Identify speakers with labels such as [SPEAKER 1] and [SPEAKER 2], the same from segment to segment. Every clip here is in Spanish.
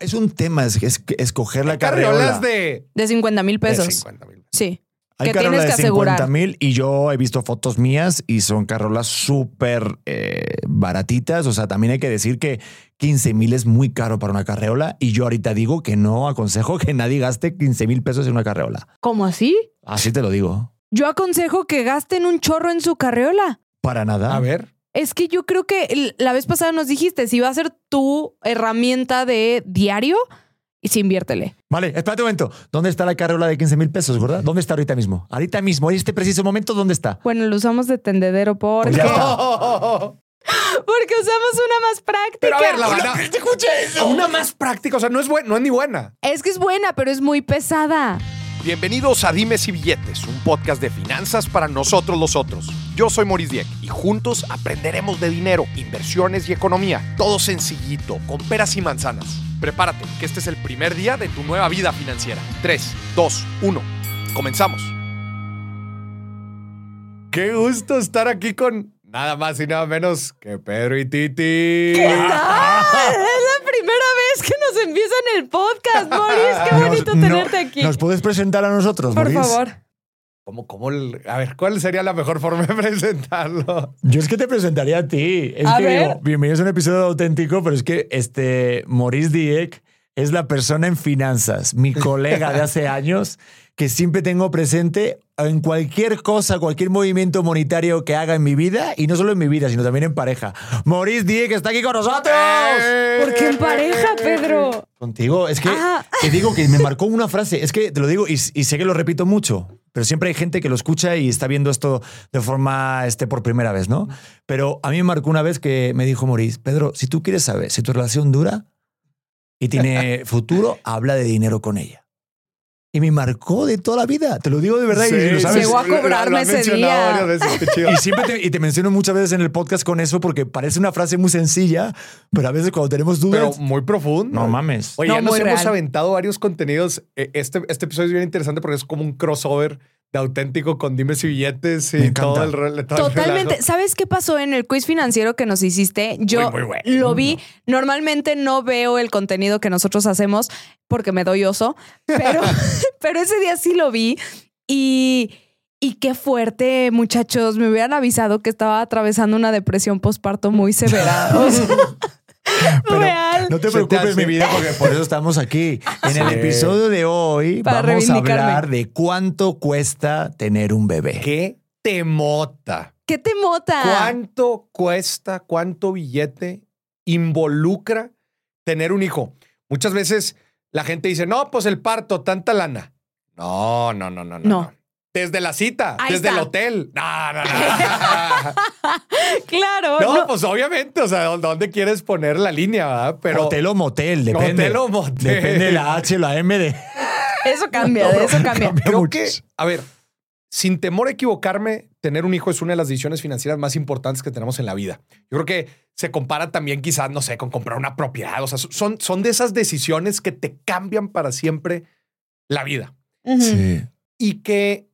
[SPEAKER 1] Es un tema es, es- escoger la carriola.
[SPEAKER 2] Carriolas de,
[SPEAKER 3] De 50 mil
[SPEAKER 2] de
[SPEAKER 3] pesos.
[SPEAKER 2] 50 mil.
[SPEAKER 3] Sí.
[SPEAKER 1] Hay
[SPEAKER 3] que
[SPEAKER 1] carrolas
[SPEAKER 3] tienes que
[SPEAKER 1] de
[SPEAKER 3] asegurar.
[SPEAKER 1] 50 mil y yo he visto fotos mías y son carrolas súper eh, baratitas. O sea, también hay que decir que 15 mil es muy caro para una carreola y yo ahorita digo que no aconsejo que nadie gaste 15 mil pesos en una carreola.
[SPEAKER 3] ¿Cómo así?
[SPEAKER 1] Así te lo digo.
[SPEAKER 3] Yo aconsejo que gasten un chorro en su carreola.
[SPEAKER 1] Para nada.
[SPEAKER 2] A ver.
[SPEAKER 3] Es que yo creo que el- la vez pasada nos dijiste, si va a ser tu herramienta de diario, y sí, inviértele.
[SPEAKER 1] Vale, espérate un momento. ¿Dónde está la carreola de 15 mil pesos, gorda? ¿Dónde está ahorita mismo? Ahorita mismo, en este preciso momento, ¿dónde está?
[SPEAKER 3] Bueno, lo usamos de tendedero porque,
[SPEAKER 1] Pues ya está.
[SPEAKER 3] porque usamos una más práctica.
[SPEAKER 2] Pero a ver, la banda. Una más práctica. O sea, no es, buena, no es ni buena.
[SPEAKER 3] Es que es buena, pero es muy pesada.
[SPEAKER 2] Bienvenidos a Dimes y Billetes, un podcast de finanzas para nosotros los otros. Yo soy Maurice Dieck y juntos aprenderemos de dinero, inversiones y economía. Todo sencillito, con peras y manzanas. Prepárate, que este es el primer día de tu nueva vida financiera. 3, 2, 1. Comenzamos. Qué gusto estar aquí con nada más y nada menos que Pedro y Titi.
[SPEAKER 3] ¡Ah! Es la primera vez que nos empiezan el podcast, Moris. Qué bonito
[SPEAKER 1] Nos- no-
[SPEAKER 3] tenerte aquí.
[SPEAKER 1] ¿Nos puedes presentar a nosotros,
[SPEAKER 3] Por
[SPEAKER 1] Maurice?
[SPEAKER 3] favor.
[SPEAKER 2] ¿Cómo, cómo el- a ver, ¿cuál sería la mejor forma de presentarlo?
[SPEAKER 1] Yo es que te presentaría a ti. Es
[SPEAKER 3] A
[SPEAKER 1] que
[SPEAKER 3] ver.
[SPEAKER 1] digo, bienvenidos a un episodio auténtico, pero es que este Maurice Dieck es la persona en finanzas, mi colega de hace años, que siempre tengo presente en cualquier cosa, cualquier movimiento monetario que haga en mi vida, y no solo en mi vida, sino también en pareja. Maurice Dieck está aquí con nosotros. ¡Eh!
[SPEAKER 3] ¿Por qué en pareja, Pedro?
[SPEAKER 1] Contigo, es que
[SPEAKER 3] Ah.
[SPEAKER 1] te digo que me marcó una frase, es que te lo digo y, y sé que lo repito mucho, pero siempre hay gente que lo escucha y está viendo esto de forma este, por primera vez, ¿no? Pero a mí me marcó una vez que me dijo Maurice, Pedro, si tú quieres saber si tu relación dura y tiene futuro, habla de dinero con ella. Y me marcó de toda la vida, te lo digo de verdad y lo sabes.
[SPEAKER 3] Llegó a cobrarme
[SPEAKER 2] Lo han
[SPEAKER 3] ese
[SPEAKER 2] mencionado
[SPEAKER 3] día.
[SPEAKER 2] varias veces, qué chido.
[SPEAKER 1] Y siempre te, y te menciono muchas veces en el podcast con eso porque parece una frase muy sencilla, pero a veces cuando tenemos
[SPEAKER 2] Pero
[SPEAKER 1] dudas...
[SPEAKER 2] muy profundo.
[SPEAKER 1] no mames.
[SPEAKER 2] Oye,
[SPEAKER 3] No,
[SPEAKER 2] ya nos
[SPEAKER 3] muy
[SPEAKER 2] hemos
[SPEAKER 3] real.
[SPEAKER 2] aventado varios contenidos. Eh, Este, este episodio es bien interesante porque es como un crossover de auténtico con dimes y billetes
[SPEAKER 1] Me
[SPEAKER 2] y
[SPEAKER 1] encanta.
[SPEAKER 2] todo el rol. todo el
[SPEAKER 3] Totalmente.
[SPEAKER 2] relajo.
[SPEAKER 3] ¿Sabes qué pasó en el quiz financiero que nos hiciste? Yo
[SPEAKER 2] Muy, muy bueno.
[SPEAKER 3] lo vi. Normalmente no veo el contenido que nosotros hacemos porque me doy oso, pero, pero ese día sí lo vi y, y qué fuerte, muchachos. Me hubieran avisado que estaba atravesando una depresión postparto muy severa. O sea,
[SPEAKER 1] Pero
[SPEAKER 3] real.
[SPEAKER 1] No te
[SPEAKER 2] Se te
[SPEAKER 1] preocupes,
[SPEAKER 2] hace.
[SPEAKER 1] mi vida, porque por eso estamos aquí. En el
[SPEAKER 2] Sí.
[SPEAKER 1] episodio de hoy
[SPEAKER 3] Para
[SPEAKER 1] vamos a
[SPEAKER 3] reivindicarme.
[SPEAKER 1] hablar de cuánto cuesta tener un bebé.
[SPEAKER 2] ¿Qué temota?
[SPEAKER 3] ¿Qué te mota?
[SPEAKER 2] ¿Cuánto cuesta, cuánto billete involucra tener un hijo? Muchas veces la gente dice, no, pues el parto, tanta lana. No, no, no, no, no.
[SPEAKER 3] No.
[SPEAKER 2] no. Desde la cita,
[SPEAKER 3] Ahí
[SPEAKER 2] desde
[SPEAKER 3] está.
[SPEAKER 2] el hotel. No, no, no.
[SPEAKER 3] Claro.
[SPEAKER 2] No,
[SPEAKER 3] no.
[SPEAKER 2] pues obviamente, o sea, ¿dó- ¿dónde quieres poner la línea, verdad? Pero
[SPEAKER 1] hotel o motel, depende.
[SPEAKER 2] Hotel o motel.
[SPEAKER 1] Depende de la H o la M de.
[SPEAKER 3] Eso cambia, de eso cambia.
[SPEAKER 2] creo
[SPEAKER 1] mucho.
[SPEAKER 2] que, a ver, sin temor a equivocarme, tener un hijo es una de las decisiones financieras más importantes que tenemos en la vida. Yo creo que se compara también quizás, no sé, con comprar una propiedad. O sea, son, son de esas decisiones que te cambian para siempre la vida
[SPEAKER 3] Ujú.
[SPEAKER 2] y que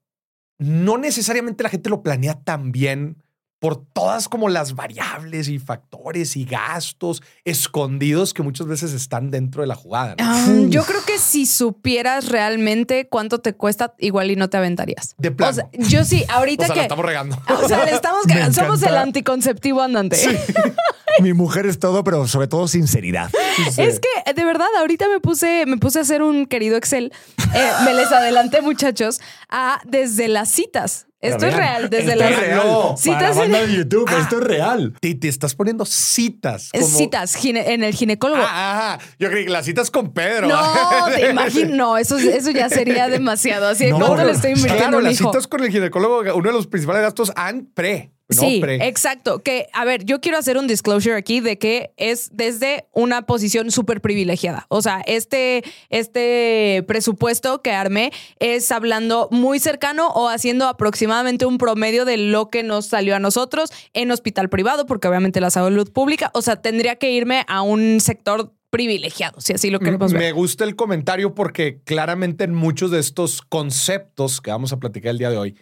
[SPEAKER 2] no necesariamente la gente lo planea tan bien por todas como las variables y factores y gastos escondidos que muchas veces están dentro de la jugada. ¿no?
[SPEAKER 3] Ah,
[SPEAKER 1] Uf.
[SPEAKER 3] yo creo que si supieras realmente cuánto te cuesta, igual y no te aventarías.
[SPEAKER 2] De plano.
[SPEAKER 3] O sea, yo sí,
[SPEAKER 2] O
[SPEAKER 3] ahorita
[SPEAKER 2] sea, la
[SPEAKER 3] que.
[SPEAKER 2] estamos regando.
[SPEAKER 3] O sea, le estamos
[SPEAKER 1] Me
[SPEAKER 3] cagando. Somos el
[SPEAKER 1] encanta.
[SPEAKER 3] anticonceptivo andante.
[SPEAKER 1] Mi mujer es todo, pero sobre todo sinceridad.
[SPEAKER 3] Es que de verdad, ahorita me puse, me puse a hacer un querido Excel. Eh, me les adelanté, muchachos, a desde las citas. Esto es real, desde
[SPEAKER 1] Esto
[SPEAKER 3] las
[SPEAKER 1] es real.
[SPEAKER 3] citas
[SPEAKER 1] Para
[SPEAKER 3] en-
[SPEAKER 1] banda de YouTube, esto
[SPEAKER 3] Ah.
[SPEAKER 1] es real.
[SPEAKER 2] Te, te estás poniendo citas. Como...
[SPEAKER 3] citas gine- en el ginecólogo.
[SPEAKER 2] Ah, ah, ah. yo creí que las citas con Pedro.
[SPEAKER 3] No, te imagino. No, eso, eso ya sería demasiado. Así de
[SPEAKER 1] No,
[SPEAKER 3] cuánto
[SPEAKER 1] pero-
[SPEAKER 3] le estoy invirtiendo a
[SPEAKER 2] Claro,
[SPEAKER 3] un
[SPEAKER 2] las
[SPEAKER 3] hijo.
[SPEAKER 2] citas con el ginecólogo, uno de los principales gastos, and pre. No
[SPEAKER 3] sí,
[SPEAKER 2] pre.
[SPEAKER 3] exacto. Que, a ver, yo quiero hacer un disclosure aquí de que es desde una posición súper privilegiada. O sea, este, este presupuesto que armé es hablando muy cercano o haciendo aproximadamente un promedio de lo que nos salió a nosotros en hospital privado, porque obviamente la salud pública, o sea, tendría que irme a un sector privilegiado, si así lo queremos ver.
[SPEAKER 2] Me gusta el comentario porque claramente en muchos de estos conceptos que vamos a platicar el día de hoy,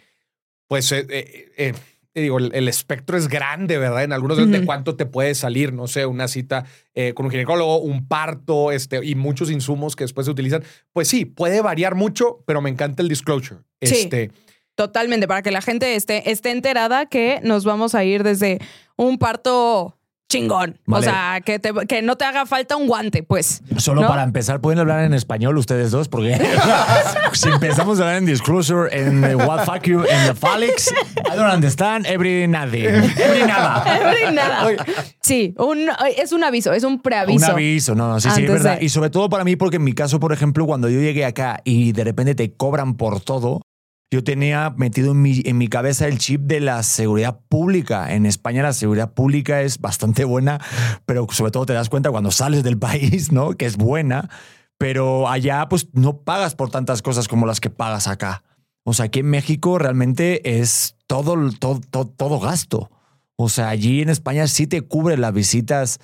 [SPEAKER 2] pues eh, eh, eh, te digo, el, el espectro es grande, ¿verdad? En algunos de cuánto te puede salir, no sé, una cita eh, con un ginecólogo, un parto, este, y muchos insumos que después se utilizan. Pues sí, puede variar mucho, pero me encanta el disclosure.
[SPEAKER 3] Sí.
[SPEAKER 2] Este,
[SPEAKER 3] Totalmente, para que la gente esté, esté enterada que nos vamos a ir desde un parto chingón.
[SPEAKER 1] Vale.
[SPEAKER 3] O sea, que, te- que no te haga falta un guante, pues.
[SPEAKER 1] Solo
[SPEAKER 3] ¿No?
[SPEAKER 1] para empezar, ¿pueden hablar en español ustedes dos? Porque si empezamos a hablar en disclosure, en eh, what fuck you, en the phallics, I don't understand every nothing. Every nada.
[SPEAKER 3] Every nada. Sí, un, es un aviso, es un preaviso.
[SPEAKER 1] Un aviso, no, no, sí, sí, es
[SPEAKER 3] Antes
[SPEAKER 1] verdad.
[SPEAKER 3] de-
[SPEAKER 1] Y sobre todo para mí, porque en mi caso, por ejemplo, cuando yo llegué acá y de repente te cobran por todo, yo tenía metido en mi, en mi cabeza el chip de la seguridad pública. En España la seguridad pública es bastante buena, pero sobre todo te das cuenta cuando sales del país, ¿no? Que es buena, pero allá pues no pagas por tantas cosas como las que pagas acá. O sea, aquí en México realmente es todo, todo, todo, todo gasto. O sea, allí en España sí te cubre las visitas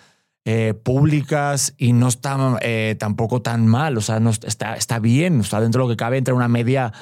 [SPEAKER 1] eh, públicas y no está eh, tampoco tan mal. O sea, no, está, está bien. O sea, dentro de lo que cabe entra una media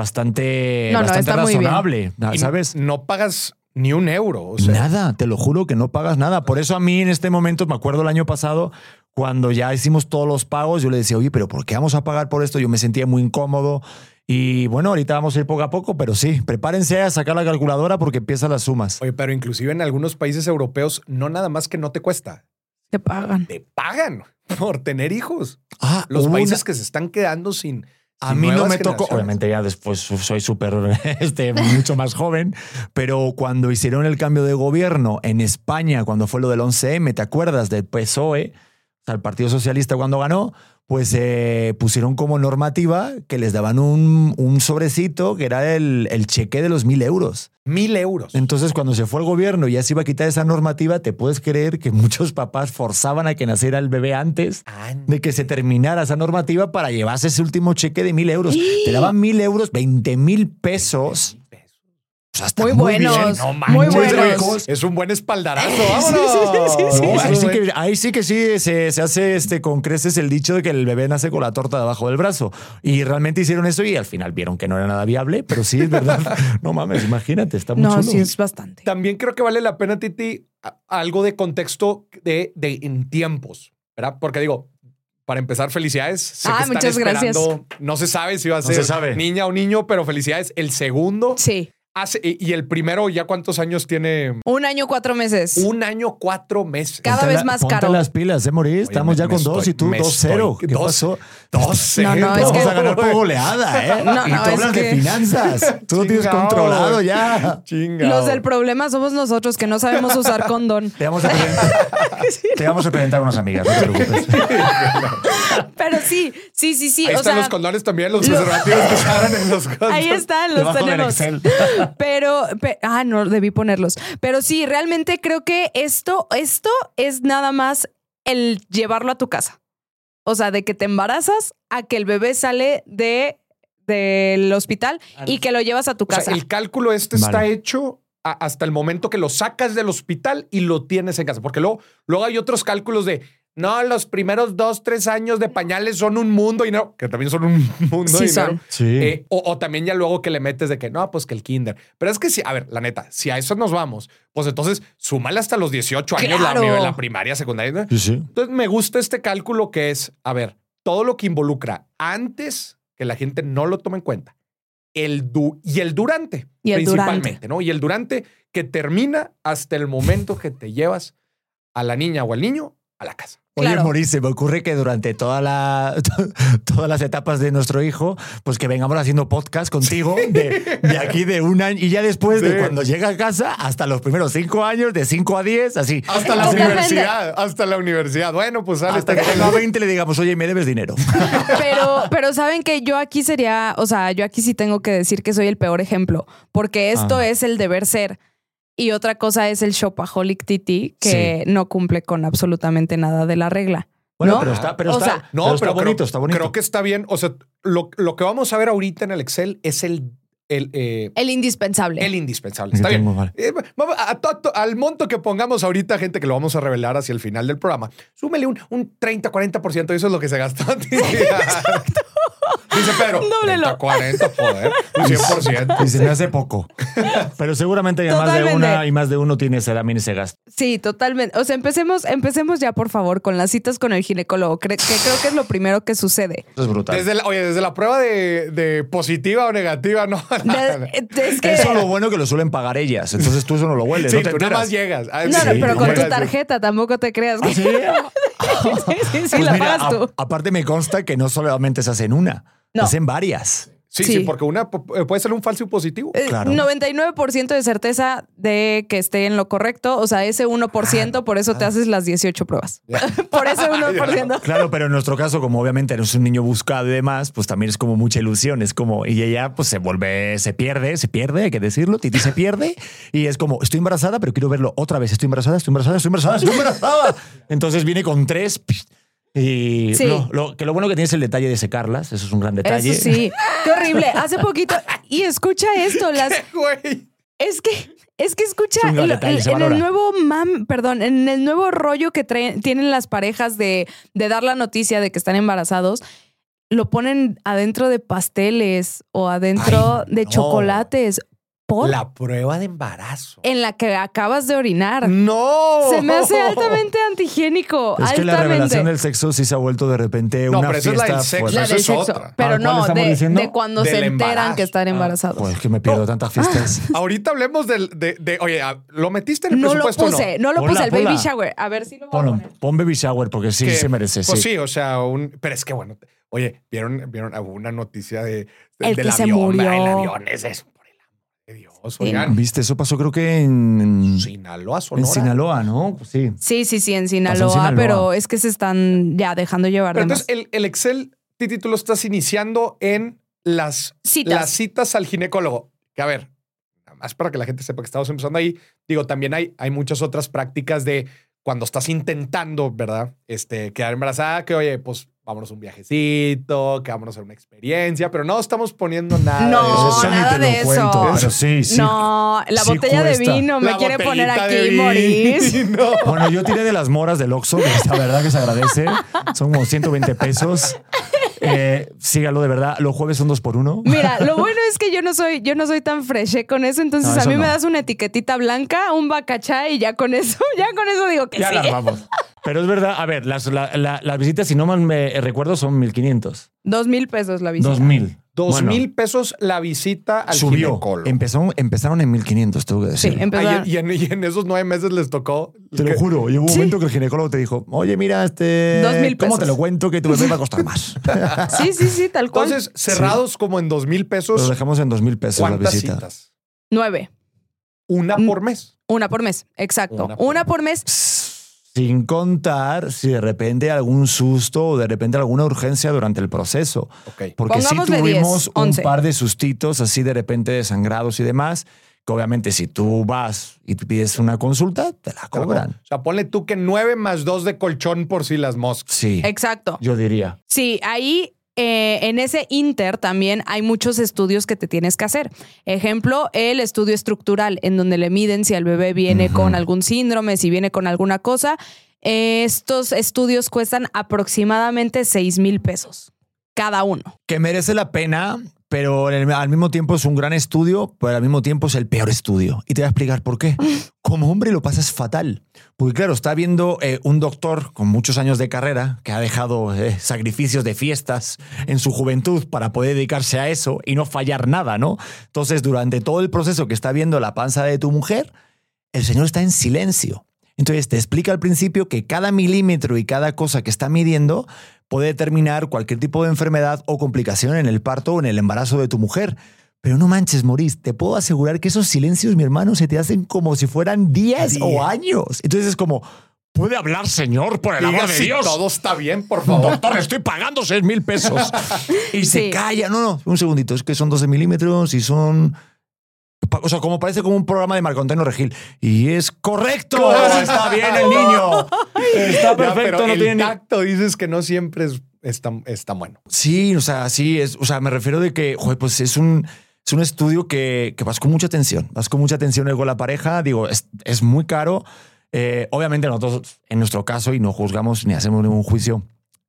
[SPEAKER 1] bastante,
[SPEAKER 3] No, no,
[SPEAKER 1] bastante
[SPEAKER 3] está muy bien.
[SPEAKER 1] razonable.
[SPEAKER 2] y
[SPEAKER 1] Ah, ¿Sabes?
[SPEAKER 2] No pagas ni un euro. O sea,
[SPEAKER 1] nada, te lo juro que no pagas nada. Por eso a mí en este momento, me acuerdo el año pasado, cuando ya hicimos todos los pagos, yo le decía, oye, pero ¿por qué vamos a pagar por esto? Yo me sentía muy incómodo. Y bueno, ahorita vamos a ir poco a poco, pero sí, prepárense a sacar la calculadora porque empiezan las sumas.
[SPEAKER 2] Oye, pero inclusive en algunos países europeos, no nada más que no te cuesta,
[SPEAKER 3] Te pagan.
[SPEAKER 2] te pagan por tener hijos.
[SPEAKER 1] Ah,
[SPEAKER 2] Los
[SPEAKER 1] hubo
[SPEAKER 2] países
[SPEAKER 1] una-
[SPEAKER 2] que se están quedando sin.
[SPEAKER 1] A
[SPEAKER 2] sin
[SPEAKER 1] mí no
[SPEAKER 2] nuevas
[SPEAKER 1] me tocó,
[SPEAKER 2] generaciones.
[SPEAKER 1] obviamente ya después su- soy súper, este, mucho más joven, pero cuando hicieron el cambio de gobierno en España, cuando fue lo del 11M, ¿te acuerdas? Del PSOE, o sea, el Partido Socialista cuando ganó, pues eh, pusieron como normativa que les daban un, un sobrecito que era el, el cheque de los mil euros.
[SPEAKER 2] Mil euros.
[SPEAKER 1] Entonces, cuando se fue el gobierno y ya se iba a quitar esa normativa, te puedes creer que muchos papás forzaban a que naciera el bebé antes de que se terminara esa normativa para llevarse ese último cheque de mil euros. Te daban mil euros, veinte mil pesos. O sea, está
[SPEAKER 3] Muy
[SPEAKER 1] muy,
[SPEAKER 3] buenos,
[SPEAKER 1] bien.
[SPEAKER 3] muy
[SPEAKER 1] manches,
[SPEAKER 3] buenos.
[SPEAKER 1] Rico.
[SPEAKER 2] Es un buen espaldarazo. Vámonos.
[SPEAKER 1] No, ahí, sí
[SPEAKER 2] güey.
[SPEAKER 1] que, ahí sí que sí se, se hace este, con creces el dicho de que el bebé nace con la torta debajo del brazo. Y realmente hicieron eso y al final vieron que no era nada viable, pero sí es verdad. no mames, imagínate, está muy
[SPEAKER 3] No,
[SPEAKER 1] chulo.
[SPEAKER 3] sí, es bastante.
[SPEAKER 2] También creo que vale la pena, Titi, a- algo de contexto de, de en tiempos, ¿verdad? Porque digo, para empezar, felicidades. Sé
[SPEAKER 3] Ah,
[SPEAKER 2] que están
[SPEAKER 3] muchas gracias.
[SPEAKER 2] esperando- No se sabe si va a
[SPEAKER 1] No
[SPEAKER 2] ser
[SPEAKER 1] se sabe.
[SPEAKER 2] niña o niño, pero felicidades. El segundo
[SPEAKER 3] Sí,
[SPEAKER 2] hace, y y el primero, ¿ya cuántos años tiene?
[SPEAKER 3] un año, cuatro meses.
[SPEAKER 2] Un año, cuatro meses.
[SPEAKER 3] Cada
[SPEAKER 1] Ponte
[SPEAKER 3] vez
[SPEAKER 1] la-
[SPEAKER 3] más
[SPEAKER 1] ponte
[SPEAKER 3] caro.
[SPEAKER 1] las pilas, ¿eh, Moris? Estamos
[SPEAKER 2] me-
[SPEAKER 1] ya
[SPEAKER 2] me
[SPEAKER 1] con dos
[SPEAKER 2] estoy-
[SPEAKER 1] y tú
[SPEAKER 2] me
[SPEAKER 1] dos cero.
[SPEAKER 2] estoy-
[SPEAKER 1] ¿Qué
[SPEAKER 2] dos-
[SPEAKER 1] pasó?
[SPEAKER 2] Doce.
[SPEAKER 3] No, no, es
[SPEAKER 1] Vamos
[SPEAKER 3] que-
[SPEAKER 1] a ganar por goleada, ¿eh?
[SPEAKER 3] No,
[SPEAKER 1] y
[SPEAKER 3] no,
[SPEAKER 1] tú
[SPEAKER 3] es
[SPEAKER 1] hablas de
[SPEAKER 3] que-
[SPEAKER 1] finanzas. Tú lo tienes
[SPEAKER 2] Chingao,
[SPEAKER 1] controlado
[SPEAKER 2] güey.
[SPEAKER 1] ya.
[SPEAKER 2] Chinga.
[SPEAKER 3] Los del problema somos nosotros que no sabemos usar condón.
[SPEAKER 1] Te vamos a presentar, te vamos a presentar a unas amigas, no te preocupes.
[SPEAKER 3] Pero sí, sí, sí, sí.
[SPEAKER 2] Ahí
[SPEAKER 3] o
[SPEAKER 2] están
[SPEAKER 3] sea,
[SPEAKER 2] los condones también, los preservativos que usaron en los condones.
[SPEAKER 3] Ahí están, los
[SPEAKER 1] Debajo del
[SPEAKER 3] tenemos.
[SPEAKER 1] Excel.
[SPEAKER 3] Pero, pe- ah, no, debí ponerlos. Pero sí, realmente creo que esto, esto es nada más el llevarlo a tu casa. O sea, de que te embarazas a que el bebé sale de del hospital y que lo llevas a tu
[SPEAKER 2] O sea,
[SPEAKER 3] casa.
[SPEAKER 2] el cálculo este está
[SPEAKER 1] Vale.
[SPEAKER 2] hecho a- hasta el momento que lo sacas del hospital y lo tienes en casa. Porque luego, luego hay otros cálculos de no, los primeros dos, tres años de pañales son un mundo de dinero, que también son un mundo
[SPEAKER 3] Sí
[SPEAKER 2] de dinero.
[SPEAKER 3] son.
[SPEAKER 1] Sí.
[SPEAKER 2] Eh, o, o también ya luego que le metes de que no, pues que el kinder. Pero es que si, a ver, la neta, si a eso nos vamos, pues entonces súmale hasta los 18 años la,
[SPEAKER 3] Claro.
[SPEAKER 2] nivel- la primaria, secundaria. ¿no?
[SPEAKER 1] sí, sí.
[SPEAKER 2] Entonces me gusta este cálculo que es, a ver, todo lo que involucra antes que la gente no lo tome en cuenta. El du y el durante,
[SPEAKER 3] Y el
[SPEAKER 2] principalmente,
[SPEAKER 3] durante.
[SPEAKER 2] ¿no? Y el durante que termina hasta el momento que te llevas a la niña o al niño a la casa.
[SPEAKER 1] Oye,
[SPEAKER 3] Claro.
[SPEAKER 1] Moris, se me ocurre que durante toda la, to- todas las etapas de nuestro hijo, pues que vengamos haciendo podcast contigo de, de aquí de un año y ya después
[SPEAKER 2] Sí.
[SPEAKER 1] de cuando llega a casa hasta los primeros cinco años, de cinco a diez, así.
[SPEAKER 2] Hasta la
[SPEAKER 3] Totalmente.
[SPEAKER 2] universidad, hasta la universidad. Bueno, pues sale
[SPEAKER 1] Hasta que tenga 20 le digamos, oye, me debes dinero.
[SPEAKER 3] Pero, pero saben que yo aquí sería, o sea, yo aquí sí tengo que decir que soy el peor ejemplo, porque esto
[SPEAKER 1] Ah.
[SPEAKER 3] es el deber ser. Y otra cosa es el shopaholic titi que no cumple con absolutamente nada de la regla.
[SPEAKER 1] Bueno,
[SPEAKER 3] ¿no?
[SPEAKER 1] pero está, pero
[SPEAKER 3] O
[SPEAKER 1] está,
[SPEAKER 3] sea-
[SPEAKER 1] pero
[SPEAKER 2] No, pero,
[SPEAKER 1] está
[SPEAKER 2] creo-
[SPEAKER 1] bonito, está bonito.
[SPEAKER 2] Creo que está bien. O sea, lo, lo que vamos a ver ahorita en el Excel es el, el, eh,
[SPEAKER 3] El indispensable.
[SPEAKER 2] el indispensable.
[SPEAKER 1] Yo
[SPEAKER 2] Está bien.
[SPEAKER 1] tengo, vale.
[SPEAKER 2] Eh, vamos a- a to- to- al monto que pongamos ahorita, gente, que lo vamos a revelar hacia el final del programa, súmele un, un 30, 40% y eso es lo que se gastó. Dice Pedro.
[SPEAKER 3] Dóblelo.
[SPEAKER 2] 30, 40, poder. Un 100%.
[SPEAKER 1] Y se me hace poco. Pero seguramente ya más de
[SPEAKER 3] Totalmente.
[SPEAKER 1] una y más de uno tiene ese, también ese gasto.
[SPEAKER 3] Sí, totalmente. O sea, empecemos, empecemos ya, por favor, con las citas con el ginecólogo, cre- que creo que es lo primero que sucede.
[SPEAKER 1] Eso es brutal.
[SPEAKER 2] Desde la, oye, desde la prueba de, de positiva o negativa, no.
[SPEAKER 3] De- eh, es que.
[SPEAKER 1] Eso lo bueno que lo suelen pagar ellas. Entonces tú eso no lo hueles.
[SPEAKER 2] Sí,
[SPEAKER 1] no te
[SPEAKER 2] tú
[SPEAKER 1] enteras.
[SPEAKER 2] nada más llegas. Ah,
[SPEAKER 3] No, no,
[SPEAKER 2] sí,
[SPEAKER 3] pero con tu
[SPEAKER 2] llegas.
[SPEAKER 3] tarjeta tampoco te creas. que-
[SPEAKER 1] ¿Ah, sí?
[SPEAKER 3] sí, sí, sí,
[SPEAKER 1] Pues
[SPEAKER 3] la
[SPEAKER 1] mira,
[SPEAKER 3] pagas
[SPEAKER 1] a-
[SPEAKER 3] tú.
[SPEAKER 1] aparte me consta que no solamente se hacen una,
[SPEAKER 3] No.
[SPEAKER 1] se hacen varias.
[SPEAKER 2] Sí,
[SPEAKER 3] Sí.
[SPEAKER 2] sí, porque una eh, puede ser un falso positivo.
[SPEAKER 3] Eh,
[SPEAKER 1] claro.
[SPEAKER 3] 99% de certeza de que esté en lo correcto. O sea, ese
[SPEAKER 1] Ah,
[SPEAKER 3] 1%, por eso te haces las 18 pruebas. por ese 1%.
[SPEAKER 1] Claro, pero en nuestro caso, como obviamente eres un niño buscado y demás, pues también es como mucha ilusión. Es como, y ella pues se vuelve, se pierde, se pierde, hay que decirlo, Titi se pierde. Y es como, estoy embarazada, pero quiero verlo otra vez. Estoy embarazada, estoy embarazada, estoy embarazada, estoy embarazada. Entonces viene con tres. psh, Y
[SPEAKER 3] Sí.
[SPEAKER 1] lo, lo- que lo bueno que tienes es el detalle de secarlas, eso es un gran detalle.
[SPEAKER 3] Eso sí. Qué horrible. Hace poquito. Y escucha esto, las.
[SPEAKER 2] Güey.
[SPEAKER 3] Es que, es que escucha,
[SPEAKER 1] Es un gran
[SPEAKER 3] lo-
[SPEAKER 1] detalle, se
[SPEAKER 3] en el
[SPEAKER 1] valora.
[SPEAKER 3] nuevo mam, perdón, en el nuevo rollo que traen- tienen las parejas de, de dar la noticia de que están embarazados, lo ponen adentro de pasteles o adentro
[SPEAKER 1] Ay,
[SPEAKER 3] de
[SPEAKER 1] no.
[SPEAKER 3] chocolates por
[SPEAKER 2] La prueba de embarazo.
[SPEAKER 3] en la que acabas de orinar.
[SPEAKER 2] No.
[SPEAKER 3] Eh, Se me hace altamente antihigiénico.
[SPEAKER 1] Es que la
[SPEAKER 3] altamente.
[SPEAKER 1] revelación del sexo sí se ha vuelto de repente
[SPEAKER 2] No,
[SPEAKER 1] una
[SPEAKER 2] pero eso es la
[SPEAKER 1] fiesta
[SPEAKER 2] del sexo.
[SPEAKER 1] fuerte.
[SPEAKER 3] La
[SPEAKER 2] Pues Eso
[SPEAKER 3] del
[SPEAKER 2] es
[SPEAKER 3] sexo.
[SPEAKER 2] otra.
[SPEAKER 1] Ah,
[SPEAKER 3] Pero
[SPEAKER 1] ¿cuál
[SPEAKER 3] no,
[SPEAKER 1] estamos
[SPEAKER 3] de,
[SPEAKER 1] diciendo?
[SPEAKER 3] de cuando
[SPEAKER 2] Del
[SPEAKER 3] se enteran
[SPEAKER 2] embarazo.
[SPEAKER 3] que están
[SPEAKER 2] Ah,
[SPEAKER 3] embarazados.
[SPEAKER 1] Pues que me pierdo
[SPEAKER 2] No.
[SPEAKER 1] tantas fiestas.
[SPEAKER 2] Ahorita hablemos del, de, de- Oye, ah, ¿lo metiste en el
[SPEAKER 3] no lo
[SPEAKER 2] presupuesto o
[SPEAKER 3] puse, no, lo
[SPEAKER 1] Ponla,
[SPEAKER 3] puse, el baby
[SPEAKER 1] ponla.
[SPEAKER 3] shower. A ver si lo voy a
[SPEAKER 1] Ponlo,
[SPEAKER 3] poner.
[SPEAKER 1] pon baby shower porque sí
[SPEAKER 2] Que-
[SPEAKER 1] se merece.
[SPEAKER 2] Pues
[SPEAKER 1] sí.
[SPEAKER 2] sí, o sea, un, pero es que bueno, oye, vieron, vieron hubo una noticia de, de-
[SPEAKER 3] El
[SPEAKER 2] del
[SPEAKER 3] que se
[SPEAKER 2] avión,
[SPEAKER 3] murió.
[SPEAKER 2] ¿verdad? El avión es eso, por el amor de Dios, oigan.
[SPEAKER 1] Viste, eso pasó creo que en,
[SPEAKER 2] Sinaloa,
[SPEAKER 1] en
[SPEAKER 2] Sonora.
[SPEAKER 1] Sinaloa, ¿no? Sí.
[SPEAKER 3] Sí, sí, sí, en Sinaloa,
[SPEAKER 1] Sinaloa.
[SPEAKER 3] pero es que se están ya dejando llevar
[SPEAKER 2] Pero
[SPEAKER 3] de
[SPEAKER 2] entonces
[SPEAKER 3] más.
[SPEAKER 2] el, el Excel, Titi, tú lo estás iniciando en las
[SPEAKER 3] Citas.
[SPEAKER 2] las citas al ginecólogo. Que a ver, nada más para que la gente sepa que estamos empezando ahí. Digo, también hay, hay muchas otras prácticas de cuando estás intentando, ¿verdad? Este, quedar embarazada, que oye, pues vámonos a un viajecito, que vámonos a una experiencia, pero no estamos poniendo nada.
[SPEAKER 3] No,
[SPEAKER 2] de
[SPEAKER 1] Eso
[SPEAKER 2] eso.
[SPEAKER 1] sí, ni
[SPEAKER 3] nada
[SPEAKER 1] te lo
[SPEAKER 3] de eso.
[SPEAKER 1] cuento, pero sí, sí.
[SPEAKER 3] no, la
[SPEAKER 1] sí
[SPEAKER 3] botella de
[SPEAKER 1] cuesta.
[SPEAKER 3] vino me
[SPEAKER 2] La
[SPEAKER 3] quiere poner
[SPEAKER 2] botellita de
[SPEAKER 3] aquí,
[SPEAKER 2] vino.
[SPEAKER 3] Moris.
[SPEAKER 2] No.
[SPEAKER 1] Bueno, yo tiré de las moras del Oxxo, que la verdad que se agradece. Son como 120 pesos. Eh, sígalo, de verdad. Los jueves son dos por uno.
[SPEAKER 3] Mira, lo bueno es que yo no soy, yo no soy tan freshe con eso, entonces
[SPEAKER 1] No,
[SPEAKER 3] a
[SPEAKER 1] eso
[SPEAKER 3] mí me
[SPEAKER 1] no.
[SPEAKER 3] das una etiquetita blanca, un bacachá y ya con eso, ya con eso digo que
[SPEAKER 1] Ya
[SPEAKER 3] sí.
[SPEAKER 1] las vamos. Pero es verdad, a ver, las, la- la- las visitas, si no mal me recuerdo, son 1.500.
[SPEAKER 3] Dos mil pesos la visita.
[SPEAKER 1] 2.000.
[SPEAKER 2] Dos
[SPEAKER 1] Bueno,
[SPEAKER 2] mil pesos la visita al
[SPEAKER 1] Subió. Em-
[SPEAKER 2] ginecólogo.
[SPEAKER 1] Empezó, empezaron en 1.500, tengo que
[SPEAKER 3] Sí,
[SPEAKER 1] decir.
[SPEAKER 2] Ay,
[SPEAKER 3] empezó.
[SPEAKER 2] y, en, y en esos nueve meses les tocó.
[SPEAKER 1] Te lo
[SPEAKER 2] que-
[SPEAKER 1] juro, llegó un
[SPEAKER 3] Sí.
[SPEAKER 1] momento que el ginecólogo te dijo, oye, mira, este...
[SPEAKER 3] Dos mil
[SPEAKER 1] ¿Cómo
[SPEAKER 3] pesos.
[SPEAKER 1] te lo cuento que tu bebé va a costar más?
[SPEAKER 3] Sí, sí, sí, tal cual.
[SPEAKER 2] Entonces, cerrados como en dos mil
[SPEAKER 1] Lo
[SPEAKER 2] pesos,
[SPEAKER 1] dejamos en dos mil pesos la
[SPEAKER 2] ¿cuántas
[SPEAKER 1] visita.
[SPEAKER 2] citas?
[SPEAKER 3] Nueve.
[SPEAKER 2] Una
[SPEAKER 3] Mm.
[SPEAKER 2] por mes.
[SPEAKER 3] Una por mes, exacto.
[SPEAKER 2] Una
[SPEAKER 3] Una
[SPEAKER 2] por
[SPEAKER 3] por, mes.
[SPEAKER 1] Sin contar si de repente algún susto o de repente alguna urgencia durante el proceso.
[SPEAKER 2] Ok.
[SPEAKER 1] Porque sí
[SPEAKER 3] Pongámosle
[SPEAKER 1] tuvimos
[SPEAKER 3] 10,
[SPEAKER 1] un
[SPEAKER 3] 11.
[SPEAKER 1] par de sustitos así de repente desangrados y demás, que obviamente si tú vas y te pides una consulta, te la cobran.
[SPEAKER 2] O sea, ponle tú que 9 más 2 de colchón por si las moscas.
[SPEAKER 1] Sí,
[SPEAKER 3] Exacto.
[SPEAKER 1] yo diría.
[SPEAKER 3] Sí, ahí eh, en ese inter también hay muchos estudios que te tienes que hacer. Ejemplo, el estudio estructural, en donde le miden si el bebé viene
[SPEAKER 1] Ujú.
[SPEAKER 3] con algún síndrome, si viene con alguna cosa. Estos estudios cuestan aproximadamente 6 mil pesos cada uno.
[SPEAKER 1] Que merece la pena, pero en el- al mismo tiempo es un gran estudio, pero al mismo tiempo es el peor estudio. Y te voy a explicar por qué. Como hombre lo pasas fatal. Porque claro, está viendo eh, un doctor con muchos años de carrera que ha dejado eh, sacrificios de fiestas en su juventud para poder dedicarse a eso y no fallar nada, ¿no? Entonces, durante todo el proceso que está viendo la panza de tu mujer, el señor está en silencio. Entonces te explica al principio que cada milímetro y cada cosa que está midiendo puede determinar cualquier tipo de enfermedad o complicación en el parto o en el embarazo de tu mujer. Pero no manches, Maurice, te puedo asegurar que esos silencios, mi hermano, se te hacen como si fueran días o años. Entonces es como, ¿puede hablar, señor, por el
[SPEAKER 2] Diga
[SPEAKER 1] amor de
[SPEAKER 2] si
[SPEAKER 1] Dios?
[SPEAKER 2] todo está bien, por favor.
[SPEAKER 1] Doctor, estoy pagando 6 mil pesos. Y
[SPEAKER 3] Sí.
[SPEAKER 1] se calla. No, no, un segundito. Es que son 12 milímetros y son. pa- O sea, como parece como un programa de Marco Antonio Regil. Y es correcto. Está bien el niño. Está
[SPEAKER 2] Ya, pero
[SPEAKER 1] perfecto. no
[SPEAKER 2] el
[SPEAKER 1] tiene ni-
[SPEAKER 2] tacto dices que no siempre es, es tan- es tan bueno.
[SPEAKER 1] Sí, o sea, sí. Es, o sea, me refiero de que, joder, pues es un. Es un estudio que, que vas con mucha atención. Vas con mucha atención con la pareja. Digo, es, es muy caro. Eh, obviamente nosotros, en nuestro caso, y no juzgamos ni hacemos ningún juicio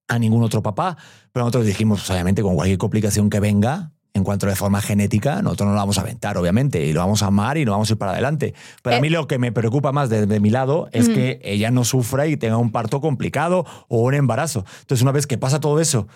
[SPEAKER 1] a ningún otro papá, pero nosotros dijimos, pues, obviamente, con cualquier complicación que venga, en cuanto a de forma genética, nosotros no la vamos a aventar, obviamente, y lo vamos a amar y lo vamos a ir para adelante. Pero
[SPEAKER 3] Eh.
[SPEAKER 1] a mí lo que me preocupa más desde mi lado es que ella no sufra y tenga un parto complicado o un embarazo. Entonces, una vez que pasa todo eso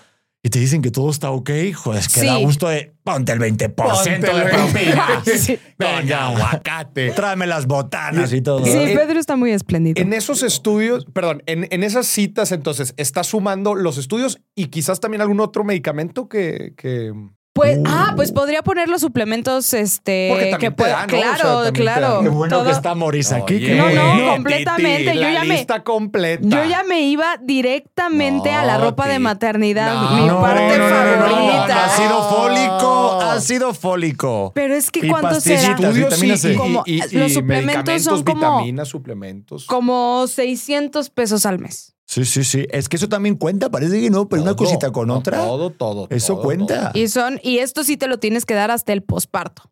[SPEAKER 1] y te dicen que todo está ok, joder, es que
[SPEAKER 3] Sí.
[SPEAKER 1] da gusto de ponte el 20% de propina.
[SPEAKER 3] Sí.
[SPEAKER 1] Venga, aguacate. Tráeme las botanas y todo.
[SPEAKER 3] Sí,
[SPEAKER 2] Eh,
[SPEAKER 3] Pedro está muy espléndido.
[SPEAKER 2] En esos estudios, perdón, en, en esas citas, entonces, está sumando los estudios y quizás también algún otro medicamento que. que-
[SPEAKER 3] Pues, ah, pues podría poner los suplementos, este,
[SPEAKER 2] Uh. Porque también
[SPEAKER 3] que
[SPEAKER 2] te
[SPEAKER 3] pueda-
[SPEAKER 2] dan, ¿no? O sea,
[SPEAKER 3] claro,
[SPEAKER 2] también te
[SPEAKER 3] claro.
[SPEAKER 2] dan.
[SPEAKER 1] Qué bueno
[SPEAKER 3] todo-
[SPEAKER 1] que está Moris Pues aquí.
[SPEAKER 2] Oye,
[SPEAKER 1] que-
[SPEAKER 3] No, no,
[SPEAKER 2] Titi,
[SPEAKER 3] completamente, yo
[SPEAKER 2] la
[SPEAKER 3] ya me-
[SPEAKER 2] lista completa.
[SPEAKER 3] Yo ya me iba directamente a la
[SPEAKER 2] No,
[SPEAKER 3] ropa de
[SPEAKER 2] ti-
[SPEAKER 3] maternidad,
[SPEAKER 2] no,
[SPEAKER 1] Ah,
[SPEAKER 3] mi
[SPEAKER 2] no,
[SPEAKER 3] parte
[SPEAKER 2] no, no, no, no,
[SPEAKER 3] favorita.
[SPEAKER 2] no,
[SPEAKER 1] Ácido
[SPEAKER 2] No.
[SPEAKER 1] fólico, ácido fólico.
[SPEAKER 3] Pero es que
[SPEAKER 1] Y
[SPEAKER 3] cuánto será
[SPEAKER 1] pastillitas. Estudios
[SPEAKER 2] Estudios
[SPEAKER 1] vitaminas
[SPEAKER 2] y,
[SPEAKER 1] C.
[SPEAKER 3] Ah, Como-
[SPEAKER 2] E. y- y-
[SPEAKER 3] los
[SPEAKER 2] y
[SPEAKER 3] suplementos
[SPEAKER 2] medicamentos,
[SPEAKER 3] son como-
[SPEAKER 2] vitaminas, suplementos.
[SPEAKER 3] como 600 pesos al mes.
[SPEAKER 1] Sí, sí, sí. Es que eso también cuenta, parece que no, pero una
[SPEAKER 2] Todo,
[SPEAKER 1] cosita con
[SPEAKER 2] no,
[SPEAKER 1] otra.
[SPEAKER 2] Todo, todo.
[SPEAKER 1] eso
[SPEAKER 2] todo,
[SPEAKER 1] cuenta.
[SPEAKER 3] Y son y esto sí te lo tienes que dar hasta el posparto.